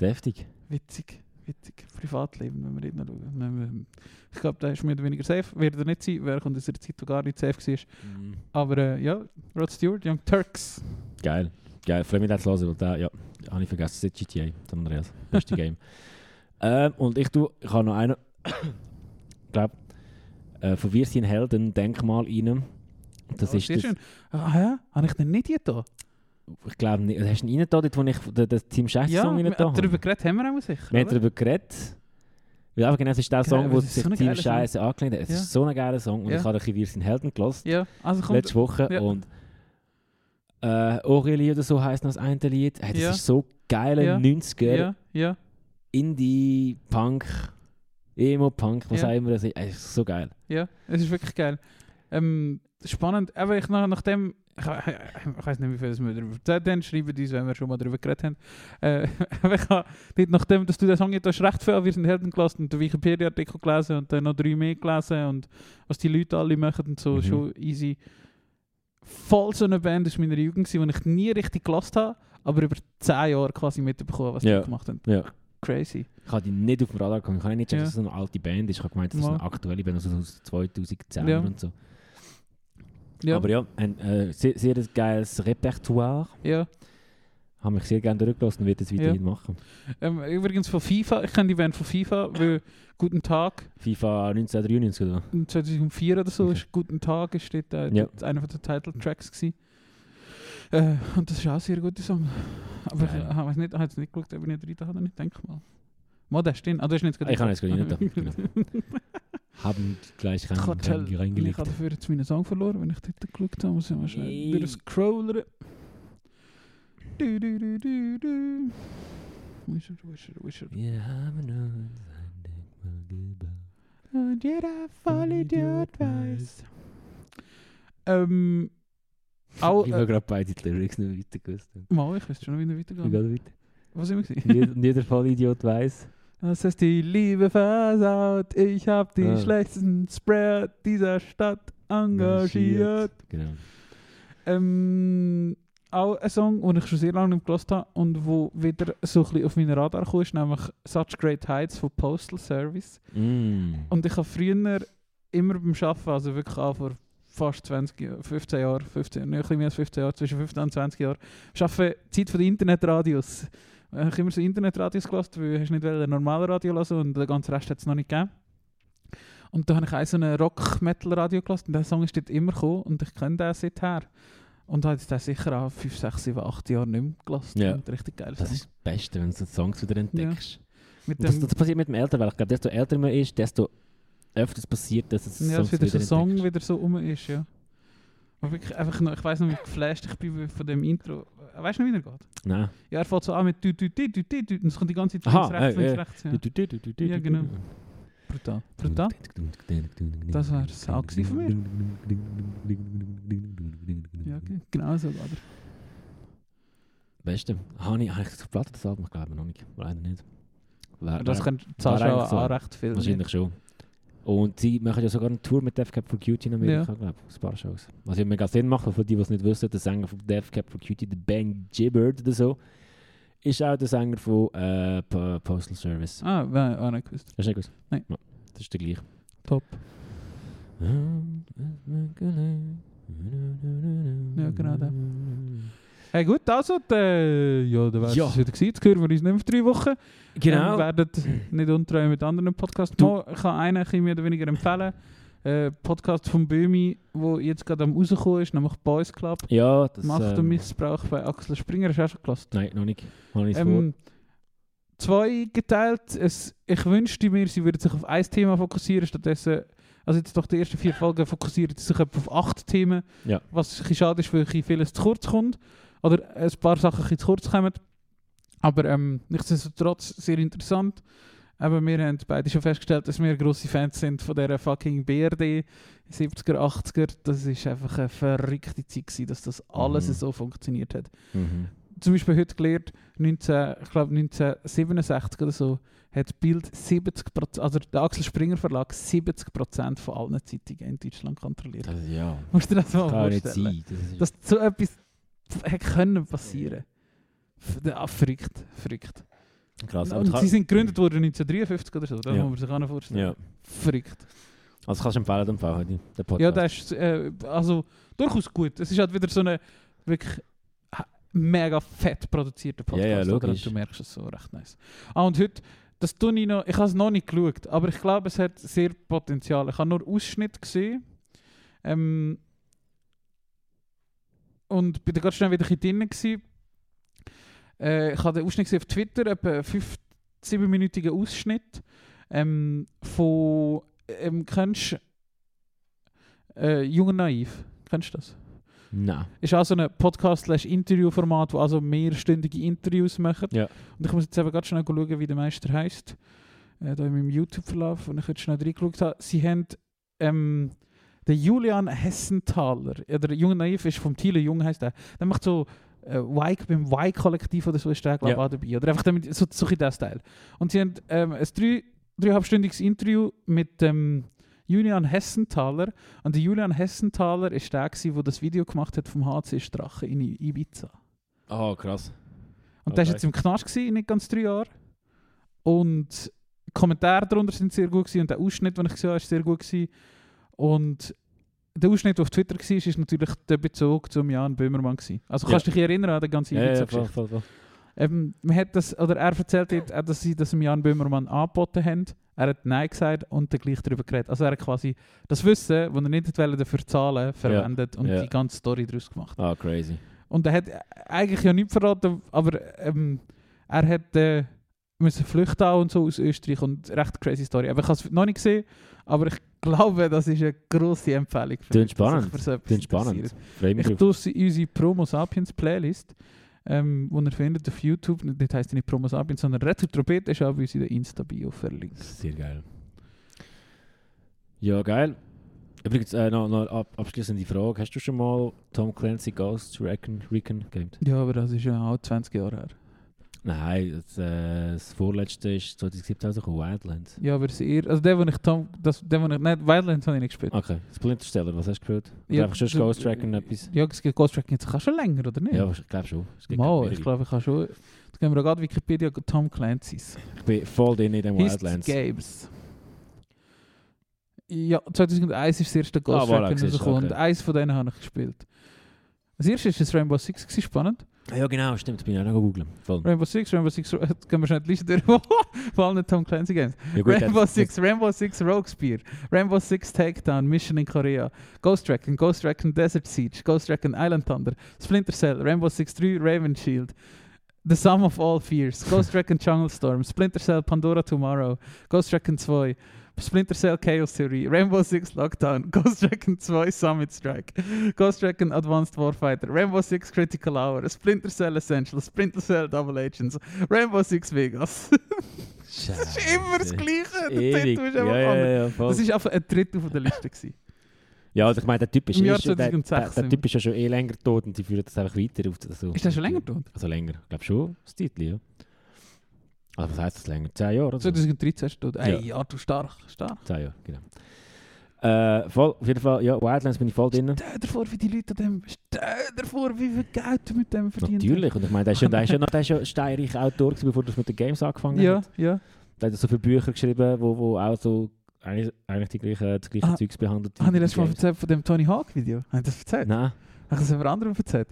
Deftig. Witzig, witzig. Privatleben, wenn wir nicht noch schauen. Nein, wir- Ich glaube, da ist mehr oder weniger safe. Wird er nicht sein, wäre ich in dieser Zeit wo gar nicht safe gewesen. Aber äh, ja, Rod Stewart, Young Turks. Geil. Geil. Freue mich, das zu hören, weil da, ja, habe ich vergessen, das ist GTA, San Andreas. Beste Game. ähm, und ich tu, ich habe noch einen, ich glaube, äh, von Wir sind Helden, Denkmal rein. Das Oh, ist sehr das, schön. Ah ja, habe ich den nicht hier da? ich glaube nicht, hast du ihn reingetan, dort, wo ich den, den Team Ja, Scheiß-Song wir- reingetan habe? darüber geredet haben wir auch sicher. Wir haben oder? darüber geredet. Weil einfach genau, es ist der Genau, Song, aber wo es ist sich so ein Team geiler Song. Scheiße angelehnt hat. Es Ja. ist so ein geiler Song und Ja. ich habe ein bisschen «Wir sind Helden» gelassen, Ja, also kommt. letzte Woche. Ja. Und äh, «Aurelie» oder so heisst noch das eine Lied. Hey, das Ja. ist so geiler Ja. 90er Ja, ja. Indie-Punk, Emo-Punk, was Ja. auch immer das ist. Ey, es ist so geil. Ja, es ist wirklich geil. Ähm, spannend, aber ich nach, nachdem. Ich, ich weiß nicht, wie viel wir darüber erzählt haben. Schreibt uns, wenn wir schon mal darüber geredet haben. Äh, aber ich habe, nicht nachdem dass du den Song jetzt hast, recht viel an «Wir sind Helden» gelesen und den Wikipedia-Artikel gelesen und dann noch drei mehr gelesen und was die Leute alle machen und so, Mhm. schon easy. Voll so eine Band aus meiner Jugend, gewesen, die ich nie richtig gelesen habe, aber über zehn Jahre quasi mitbekommen, was Ja. die gemacht haben. Ja. Crazy. Ich habe die nicht auf dem Radar gekommen. Ich habe nicht checken, dass es so eine alte Band ist. Ich habe gemeint, das ist eine Mal. aktuelle Band, also aus 2010 Ja. und so. Ja, Aber ja, ein äh, sehr, sehr geiles Repertoire. ja. Habe mich sehr gerne durchgelassen und werde es weiterhin machen. Ähm, übrigens von FIFA, ich kenne die Band von FIFA, weil Guten Tag, FIFA 1993 oder? 2004 oder so, Okay. ist Guten Tag, ist dort, äh, Ja. dort einer der Title-Tracks gewesen. Äh, und das ist auch ein sehr guter Song. Aber ich, Geil. ich weiß nicht, ich habe jetzt nicht geschaut, ob ich nicht rein habe, nicht, denke mal. Mal, der stimmt. Ah, das ist nicht Ich habe jetzt gerade nicht da. Genau. Haben gleich rein, Gott, rein, hell. Ich reingelegt. habe dafür jetzt meinen Song verloren, wenn ich dort geschaut habe, muss ich mal schnell Nee. wieder scrollen. Du, du, du, du, du. Wo ist er, wo ist er, wo ist er? Wir haben uns ein Denkmal gebaut. Und jeder Vollidiot Vollidiot weiß. Ähm, Au, Ich äh, habe gerade beide die Lyrics nicht weiter gewusst. Wir mal, ich weiß schon, wie er weitergeht. gehen weiter. Was sind wir gewesen? Jeder- Jeder Vollidiot weiß. Das heißt, die Liebe versaut. Ich hab die Ah. schlechtesten Sprayer dieser Stadt engagiert. Genau. Ähm, auch ein Song, den ich schon sehr lange nicht gelost habe und wo wieder so ein bisschen auf meinen Radar kam, ist nämlich Such Great Heights von Postal Service. Mm. Und ich habe früher immer beim Arbeiten, also wirklich auch vor fast 20, Jahr- 15 Jahre, 15, nein, ein bisschen mehr als 15 Jahre, zwischen 15 und 20 Jahren, arbeite Zeit von den Internetradios. Äh, Ich habe immer so Internetradios gelassen, weil ich nicht ein normales Radio hören und den ganzen Rest hat es noch nicht gegeben. Und da habe ich auch so ein Rock-Metal-Radio gelassen und der Song ist dort immer gekommen und ich kenne den seither. Und habe jetzt den sicher auch 5, 6, 7, 8 Jahre nicht mehr gelassen. Ja. Und richtig geil. Das ist das Beste, wenn du so Songs wieder entdeckst. Mit Das, dem- das passiert mit dem Eltern, weil ich glaube, desto älter man ist, desto öfters passiert, dass es Ja, dass Songs wieder so ein Song entdeckst. wieder so um ist, ja. Aber wirklich einfach noch, ich weiß noch, wie geflasht ich bin von dem Intro. Eh, Weißt du noch, wie er geht? Nein. Ja, er fängt so an mit du, du, du, du, du, du, und es kommt die ganze Zeit Aha, links, rechts, äh, links, äh. rechts. Ja. Ja, genau. Brutal. Brutal. Das war's auch gewesen von mir. Ja, ge- genau so, oder? Beste. Habe ich, habe ich das auf Platte, das Album? Ich glaube noch nicht. Leider nicht. Wer, Das wer- könnt- zahlst du eigentlich auch so. auch recht viel. wahrscheinlich schon. Und sie machen ja sogar eine Tour mit Death Cab for Cutie in Amerika, glaube ich. Ein paar Shows. Was ja mega Sinn macht, weil für die, die es nicht wissen, der Sänger von Death Cab for Cutie, der Ben Gibbard oder so, ist auch der Sänger von äh, P- Postal Service. Ah, nein, auch nicht gewusst. Hast du nicht gewusst? Nein. Ja, das ist der gleiche. Top. Ja, genau der. Hey, gut, also, der, ja, der wär's Ja. es wieder gewesen. Jetzt hören wir uns nicht mehr für drei Wochen. Ähm, Genau. werdet nicht untreu mit anderen Podcasts. Du- Mo, ich kann einen ein bisschen mehr oder weniger empfehlen. Äh, Podcast von Böhmi, der jetzt gerade am rausgekommen ist, nämlich Boys Club. Ja, das... Macht und ähm, Missbrauch bei Axel Springer, hast du auch schon gelassen? Nein, noch nicht. Habe ich es vor. Ähm, zwei geteilt. Es, ich wünschte mir, sie würden sich auf ein Thema fokussieren, stattdessen, also jetzt doch die ersten vier Folgen fokussieren sie sich etwa auf acht Themen, Ja. was ein bisschen schade ist, weil ein bisschen vieles zu kurz kommt oder ein paar Sachen ein bisschen zu kurz kommen. Aber ähm, nichtsdestotrotz sehr interessant. Aber wir haben beide schon festgestellt, dass wir grosse Fans sind von dieser fucking BRD 70er, 80er. Das war einfach eine verrückte Zeit, gewesen, dass das alles Mhm. so funktioniert hat Mhm. zum Beispiel heute gelernt, 19, ich glaube 1967 oder so, hat Bild 70%, also der Axel Springer Verlag 70% von allen Zeitungen in Deutschland kontrolliert. Das, ja. Musst du dir das mal Das kann nicht vorstellen? sein. Das ist- Dass so etwas hätte können passieren. F- Ja, verrückt, verrückt. krass. Also, Aber Und kann- sie sind gegründet worden 1953 oder so, das Ja. muss man sich auch noch vorstellen. Ja. Verrückt. Also kannst du empfehlen, den Fall heute, den Podcast. Ja, das ist äh, also durchaus gut. Es ist halt wieder so eine wirklich ha- mega fett produzierte Podcast. Ja, ja, oder? logisch. Du merkst es so recht nice. Ah, und heute, das tue ich noch, ich habe es noch nicht geschaut, aber ich glaube, es hat sehr Potenzial. Ich habe nur Ausschnitt gesehen. Ähm, und bin da ganz schnell wieder ein bisschen drin gewesen. Äh, ich habe den Ausschnitt gesehen auf Twitter, etwa einen 7-minütigen Ausschnitt ähm, von, ähm, kennst äh, Jung und Naiv. Kennst du das? Nein. Ist auch so ein Podcast-Interview-Format, wo also mehrstündige Interviews machen. Ja. Und ich muss jetzt eben ganz schnell schauen, wie der Meister heißt. Äh, da in meinem YouTube-Verlauf, und ich jetzt schnell reingeschaut habe. Sie haben ähm, den Julian Hessenthaler, oder Jung und Naiv ist vom Thiele Jung, heißt der. Der macht so äh, y, beim Y-Kollektiv oder so ist der, glaube ich, Ja. auch dabei. Oder einfach damit, so, so in das Teil. Und sie haben ähm, ein drei, dreieinhalbstündiges Interview mit ähm, Julian Hessenthaler. Und der Julian Hessenthaler ist der, gewesen, der das Video gemacht hat vom HC Strache in I- Ibiza. Ah, krass. Und der war Okay. jetzt im Knast, gewesen, in nicht ganz drei Jahren. Und die Kommentare darunter sind sehr gut gewesen, und der Ausschnitt, den ich gesehen habe, ist sehr gut. Gewesen. Und der Ausschnitt, der auf Twitter war, ist natürlich der Bezug zum Jan Böhmermann. Gewesen. Also Ja. kannst du dich erinnern an den ganzen Ja, ja, Ibiza-Geschichte? voll, voll, voll. Ähm, man hat das, oder er erzählt dort auch, dass sie das dem Jan Böhmermann angeboten haben. Er hat Nein gesagt und dann gleich darüber geredet. Also er hat quasi das Wissen, das er nicht hat wollen, dafür zahlen verwendet und ja. die ganze Story daraus gemacht. Ah, crazy. Und er hat eigentlich ja nichts verraten, aber ähm, er hat äh, müssen flüchten auch und so aus Österreich und recht crazy Story. Aber ich habe es noch nicht gesehen, aber ich glaube, das ist eine grosse Empfehlung. für Klingt mich, dass sich spannend. für so etwas Klingt interessiert. spannend. Freue mich Ich drauf. tue sie in unsere Promo Sapiens Playlist, ähm, die ihr findet auf YouTube. Dort heisst sie nicht Promo Sapiens, sondern Retro Trompete ist auch bei uns in der Insta-Bio verlinkt. Sehr geil. Ja, geil. Übrigens, äh, noch, noch eine ab, abschließende Frage. Hast du schon mal Tom Clancy Ghost Recon, Recon gamed? Ja, aber das ist ja auch 20 Jahre her. Nein, das, äh, das vorletzte ist 2017 rausgekommen, Wildlands. Ja, aber sie eher, also der, wo ich Tom, das, der, wo ich, nein, Wildlands habe ich nicht gespielt. Okay, Splinter Cell, was hast du gehört? Ja, Ja, einfach schon du- Ghost Recon etwas? Ja, es gibt Ghost Tracking jetzt auch schon länger, oder nicht? Ja, ich glaube schon. Es gibt Mal, keine ich mehrere. glaube, ich habe schon. Jetzt gehen wir gerade Wikipedia Tom Clancy's. ich bin voll drin in den His Wildlands. Games. Ja, 2001 ist das erste Ghost Ah, voilà, Recon siehst du, rausgekommen. okay. Und eins von denen habe ich gespielt. Das erste war das Rainbow Six, gewesen, spannend. Ah, ja, genau, stimmt. Bin ich auch noch googeln. Voll. Rainbow Six, Rainbow Six, Ro- jetzt gehen wir schnell die Liste durch. Vor allem nicht Tom Clancy Games. Ja, gut, Rainbow das- Six, Rainbow Six Rogue Spear, Rainbow Six Takedown, Mission in Korea, Ghost Recon, Ghost Recon Desert Siege, Ghost Recon Island Thunder, Splinter Cell, Rainbow Six 3, Raven Shield, The Sum of All Fears, Ghost Recon Jungle Storm, Splinter Cell Pandora Tomorrow, Ghost Recon 2, Splinter Cell Chaos Theory, Rainbow Six Lockdown, Ghost Recon 2 Summit Strike, Ghost Recon Advanced Warfighter, Rainbow Six Critical Hour, Splinter Cell Essential, Splinter Cell Double Agents, Rainbow Six Vegas. Scheiße. Das ist immer das Gleiche. Der Äh, Ewig. Titel ist Ja, einfach ja, anders. ja, voll. Das ist einfach ein Drittel von der Liste. Gewesen. Ja, also ich meine, der Typ ist, Im Jahr ist, der, der, 2006 der Typ ist ja schon eh länger tot und die führen das einfach weiter auf. Also, Ist der schon länger tot? Also länger, ich glaube schon, das Titel, ja. Also was heisst das länger? Zehn Jahre oder so? 2013 ist tot. Ey, Ja. ja, du stark, stark. Zehn Jahre, genau. Äh, voll, auf jeden Fall, ja, Wildlands bin ich voll drin. Stell dir vor, wie die Leute an dem. Stell dir vor, wie viel Geld du mit dem verdient Natürlich, und ich meine, der ist schon, der ist schon, der ist schon steinreich Autor gewesen, bevor das mit den Games angefangen Ja, hat. ja. Der hat so viele Bücher geschrieben, wo, wo auch so eigentlich, eigentlich die gleiche, das gleiche Ah, Zeugs behandelt. Habe die ich letztes Mal Games. erzählt von dem Tony Hawk-Video? Habe ich das erzählt? Nein. Habe ich das jemand anderem erzählt?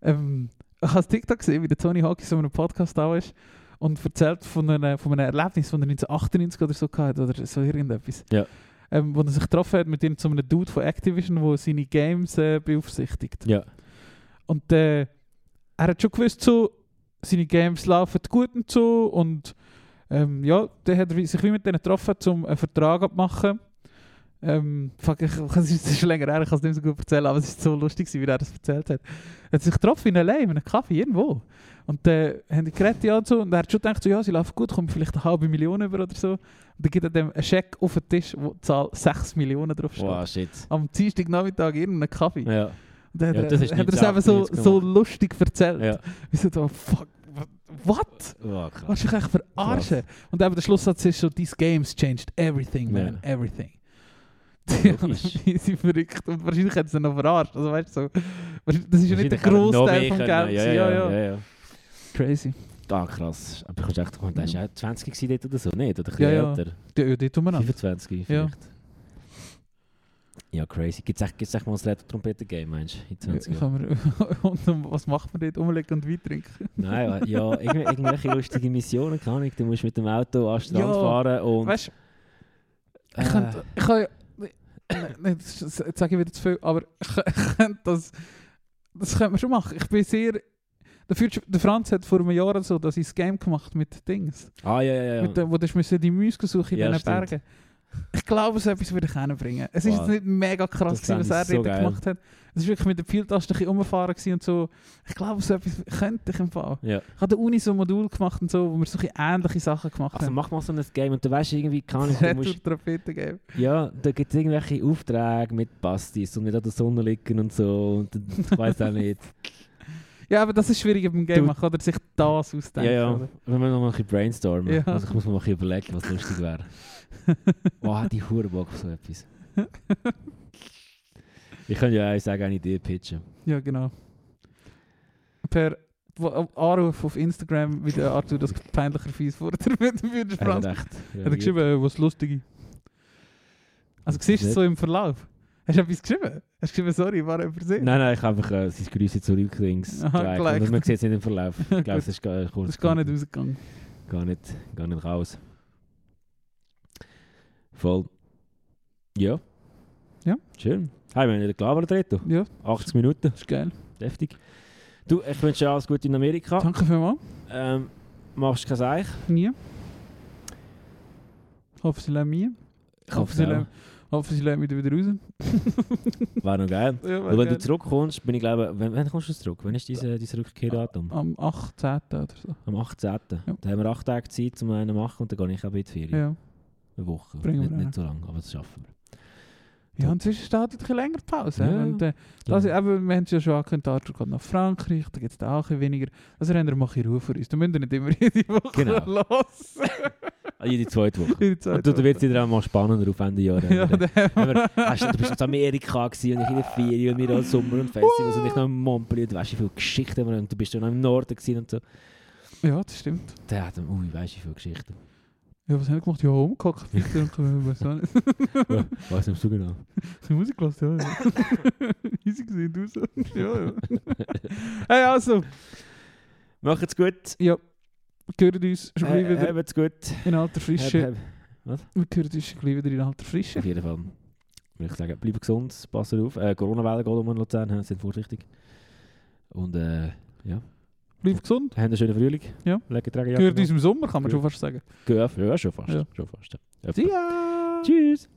Ähm, ich habe das TikTok gesehen, wie der Tony Hawk in so einem Podcast da ist und erzählt von einem, von einem Erlebnis, das er 1998 oder so hatte oder so irgendetwas. Ja. Ähm, wo er sich getroffen hat mit irgend so einem Dude von Activision, der seine Games äh, beaufsichtigt. Ja. Und äh, er hat schon gewusst, so, seine Games laufen gut und so. Und ähm, ja, dann hat er wie- sich wie mit denen getroffen, um einen Vertrag abzumachen. Ähm, fuck, ich, es ist es ist schon länger her, ich kann es nicht so gut erzählen, aber es ist so lustig, gewesen, wie er das erzählt hat. Er hat sich getroffen in L.A., in einem Kaffee, irgendwo. Und dann haben die geredet ja, und so, und er hat schon gedacht, so, ja, sie laufen gut, kommen vielleicht eine halbe Million über oder so. Und dann gibt er dem einen Scheck auf den Tisch, wo die Zahl 6 Millionen draufsteht. Wow, shit. Am Dienstagnachmittag irgendeinen Kaffee. Ja. Dann hat Ja, er- das ist hat er es eben so, 1998 so lustig erzählt. ja. Wir sind so, fuck, wa- what? Oh, krass. Willst du dich echt verarschen? Und eben der Schlusssatz ist so, these games changed everything, man, everything. Ja, Logisch. die sind verrückt und wahrscheinlich hat es dann noch verarscht. Also weißt du, so, wahrscheinlich- das ist ja nicht der Großteil vom Geld. Ja, ja, ja. ja, ja. Crazy. Ah, krass. Aber ich kommst echt, und der war auch 20 gewesen dort oder so, nicht? Oder ein Ja, bisschen ja. älter? Die, die tun wir noch. 25 Ja. vielleicht. Ja, crazy. Gibt es echt, gibt's echt mal ein Retro-Trompeten-Game, meinst du? In 20 Jahren? Kann man, und dann, was macht man dort? Umlegen und Wein trinken? Nein, wa- ja, irgendw- irgendwelche lustige Missionen kann ich. Du musst mit dem Auto an den Strand Ja. fahren und... Weißt du, ich äh, könnte, ich kann ja, nein, nein, das ist- jetzt sage ich wieder zu viel, aber ich, kö- ich könnte das, das könnte man schon machen. Ich bin sehr, dafür, der Franz hat vor einem Jahr oder so, dass ich das Game gemacht mit Dings, ah, ja, ja, ja. mit dem, wo du musst die Müske suchen in Ja, diesen stimmt. Bergen. Ich glaube, so etwas würde ich hinbringen. Es ist Wow. jetzt nicht mega krass, Das fände gewesen, was er ich so dort geil. gemacht hat. Es ist wirklich mit der Pfeiltaste ein bisschen rumgefahren gewesen und so. Ich glaube, so etwas könnte ich im Fall. ja. Ich habe an der Uni so ein Modul gemacht und so, wo wir so ein bisschen ähnliche Sachen gemacht Also haben. mach mal so ein Game und du weißt irgendwie, kann ich, du musst... Retro-Trompete-Game. Ja, da gibt es irgendwelche Aufträge mit Pastis und mit an der Sonne liegen und so und dann- ich weiß auch nicht. Ja, aber das ist schwierig im Game. Du- Man kann er sich das ausdenken. ja, ja, oder? wenn wir noch mal ein bisschen brainstormen. Ja. Also ich muss mir mal ein bisschen überlegen, was lustig wäre. Wow, hätte ich hure Bock auf so etwas. ich könnte ja auch sagen, eine Idee pitchen. ja, genau. Per wo- oh, Anruf auf Instagram, wie der Arthur das peinlicherweise vorher mit dem Würdest Er hat Franz. recht. Hat er geschrieben, äh, was Lustige. Also siehst du es so im Verlauf? Hast du etwas geschrieben? Hast du geschrieben, sorry, war er übersehen? Nein, nein, ich habe einfach äh, sein Grüße zurück links Aha, gereicht. gleich. Also Man sieht es nicht im Verlauf. Ich glaube, Gut. es ist gar, äh, kurz Das ist gar nicht rausgegangen. gar nicht, gar nicht raus. Voll. Ja. Ja. Schön. Hey, wir haben nicht gelabert, Reto. Ja, 80 Minuten, das ist geil. deftig. Du, ich wünsche dir alles Gute in Amerika. Danke vielmals. Ähm, machst kein Seich? Nie. Ich hoffe, sie lassen mich. Ich hoffe, sie lassen- ich hoffe, sie lassen mich da wieder raus. Wäre noch geil. Ja, Und wenn du zurückkommst, bin ich glaube, wenn, wenn kommst du zurück? Wann ist diese, diese Rückkehrdatum? Am 18. oder so. Am 18. Da haben wir 8 Tage Zeit, um einen zu machen und dann gehe ich auch in die Ferien. Ja. Eine Woche. Bringen wir nicht, einen. nicht so lange, aber das schaffen wir. Ja, und zwischen steht halt ein bisschen länger Pause. Ja. Ja. Und, äh, das, eben, wir haben es ja schon angekündigt, Arthur geht nach Frankreich, da gibt es da auch ein bisschen weniger. Also haben wir mal ein bisschen Ruhe für uns. Da müsst ihr nicht immer jede Woche Genau. los. Ah, Jede zweite Woche. Jede Und zweite dann wird es wieder auch mal spannender auf Ende Jahr. Woche. ja, Wenn wir- dann haben wenn wir- wir- hast Ah, du, du bist in Amerika gewesen und ich in der Ferien und wir alle Sommer und Festivals und ich noch in Montpellier. Du weißt, wie viele Geschichten wir haben. Und du bist dann noch im Norden gewesen und so. ja, das stimmt. Der hat, ui, weißt du, wie viele Geschichten. Ja, was haben wir gemacht? Ja, umgehackt, Ficker und Knöbel, weiss auch nicht. Weiß nicht so genau. Hast du Musik gehört? Ja, ja. Easy gesehen, du so. Ja, ja. Hey, also. Macht's gut. Ja. Wir hören uns schon gleich wieder Habt's gut. dus in alter Frische. Hab- Wir hören uns schon gleich wieder dus in alter hab- Auf Frische. jeden Fall. Würde ich sagen, bleibt gesund, passt auf. Äh, Corona-Wellen geht um in Luzern, hä, sind vorsichtig. Und äh, Bleib gesund. habt einen schönen Frühling. Ja. Lecker Tragen. dus Hört uns im Sommer, kann man schon fast sagen. Ja, schon fast. Ja. Schon fast. ja. See ya! Tschüss.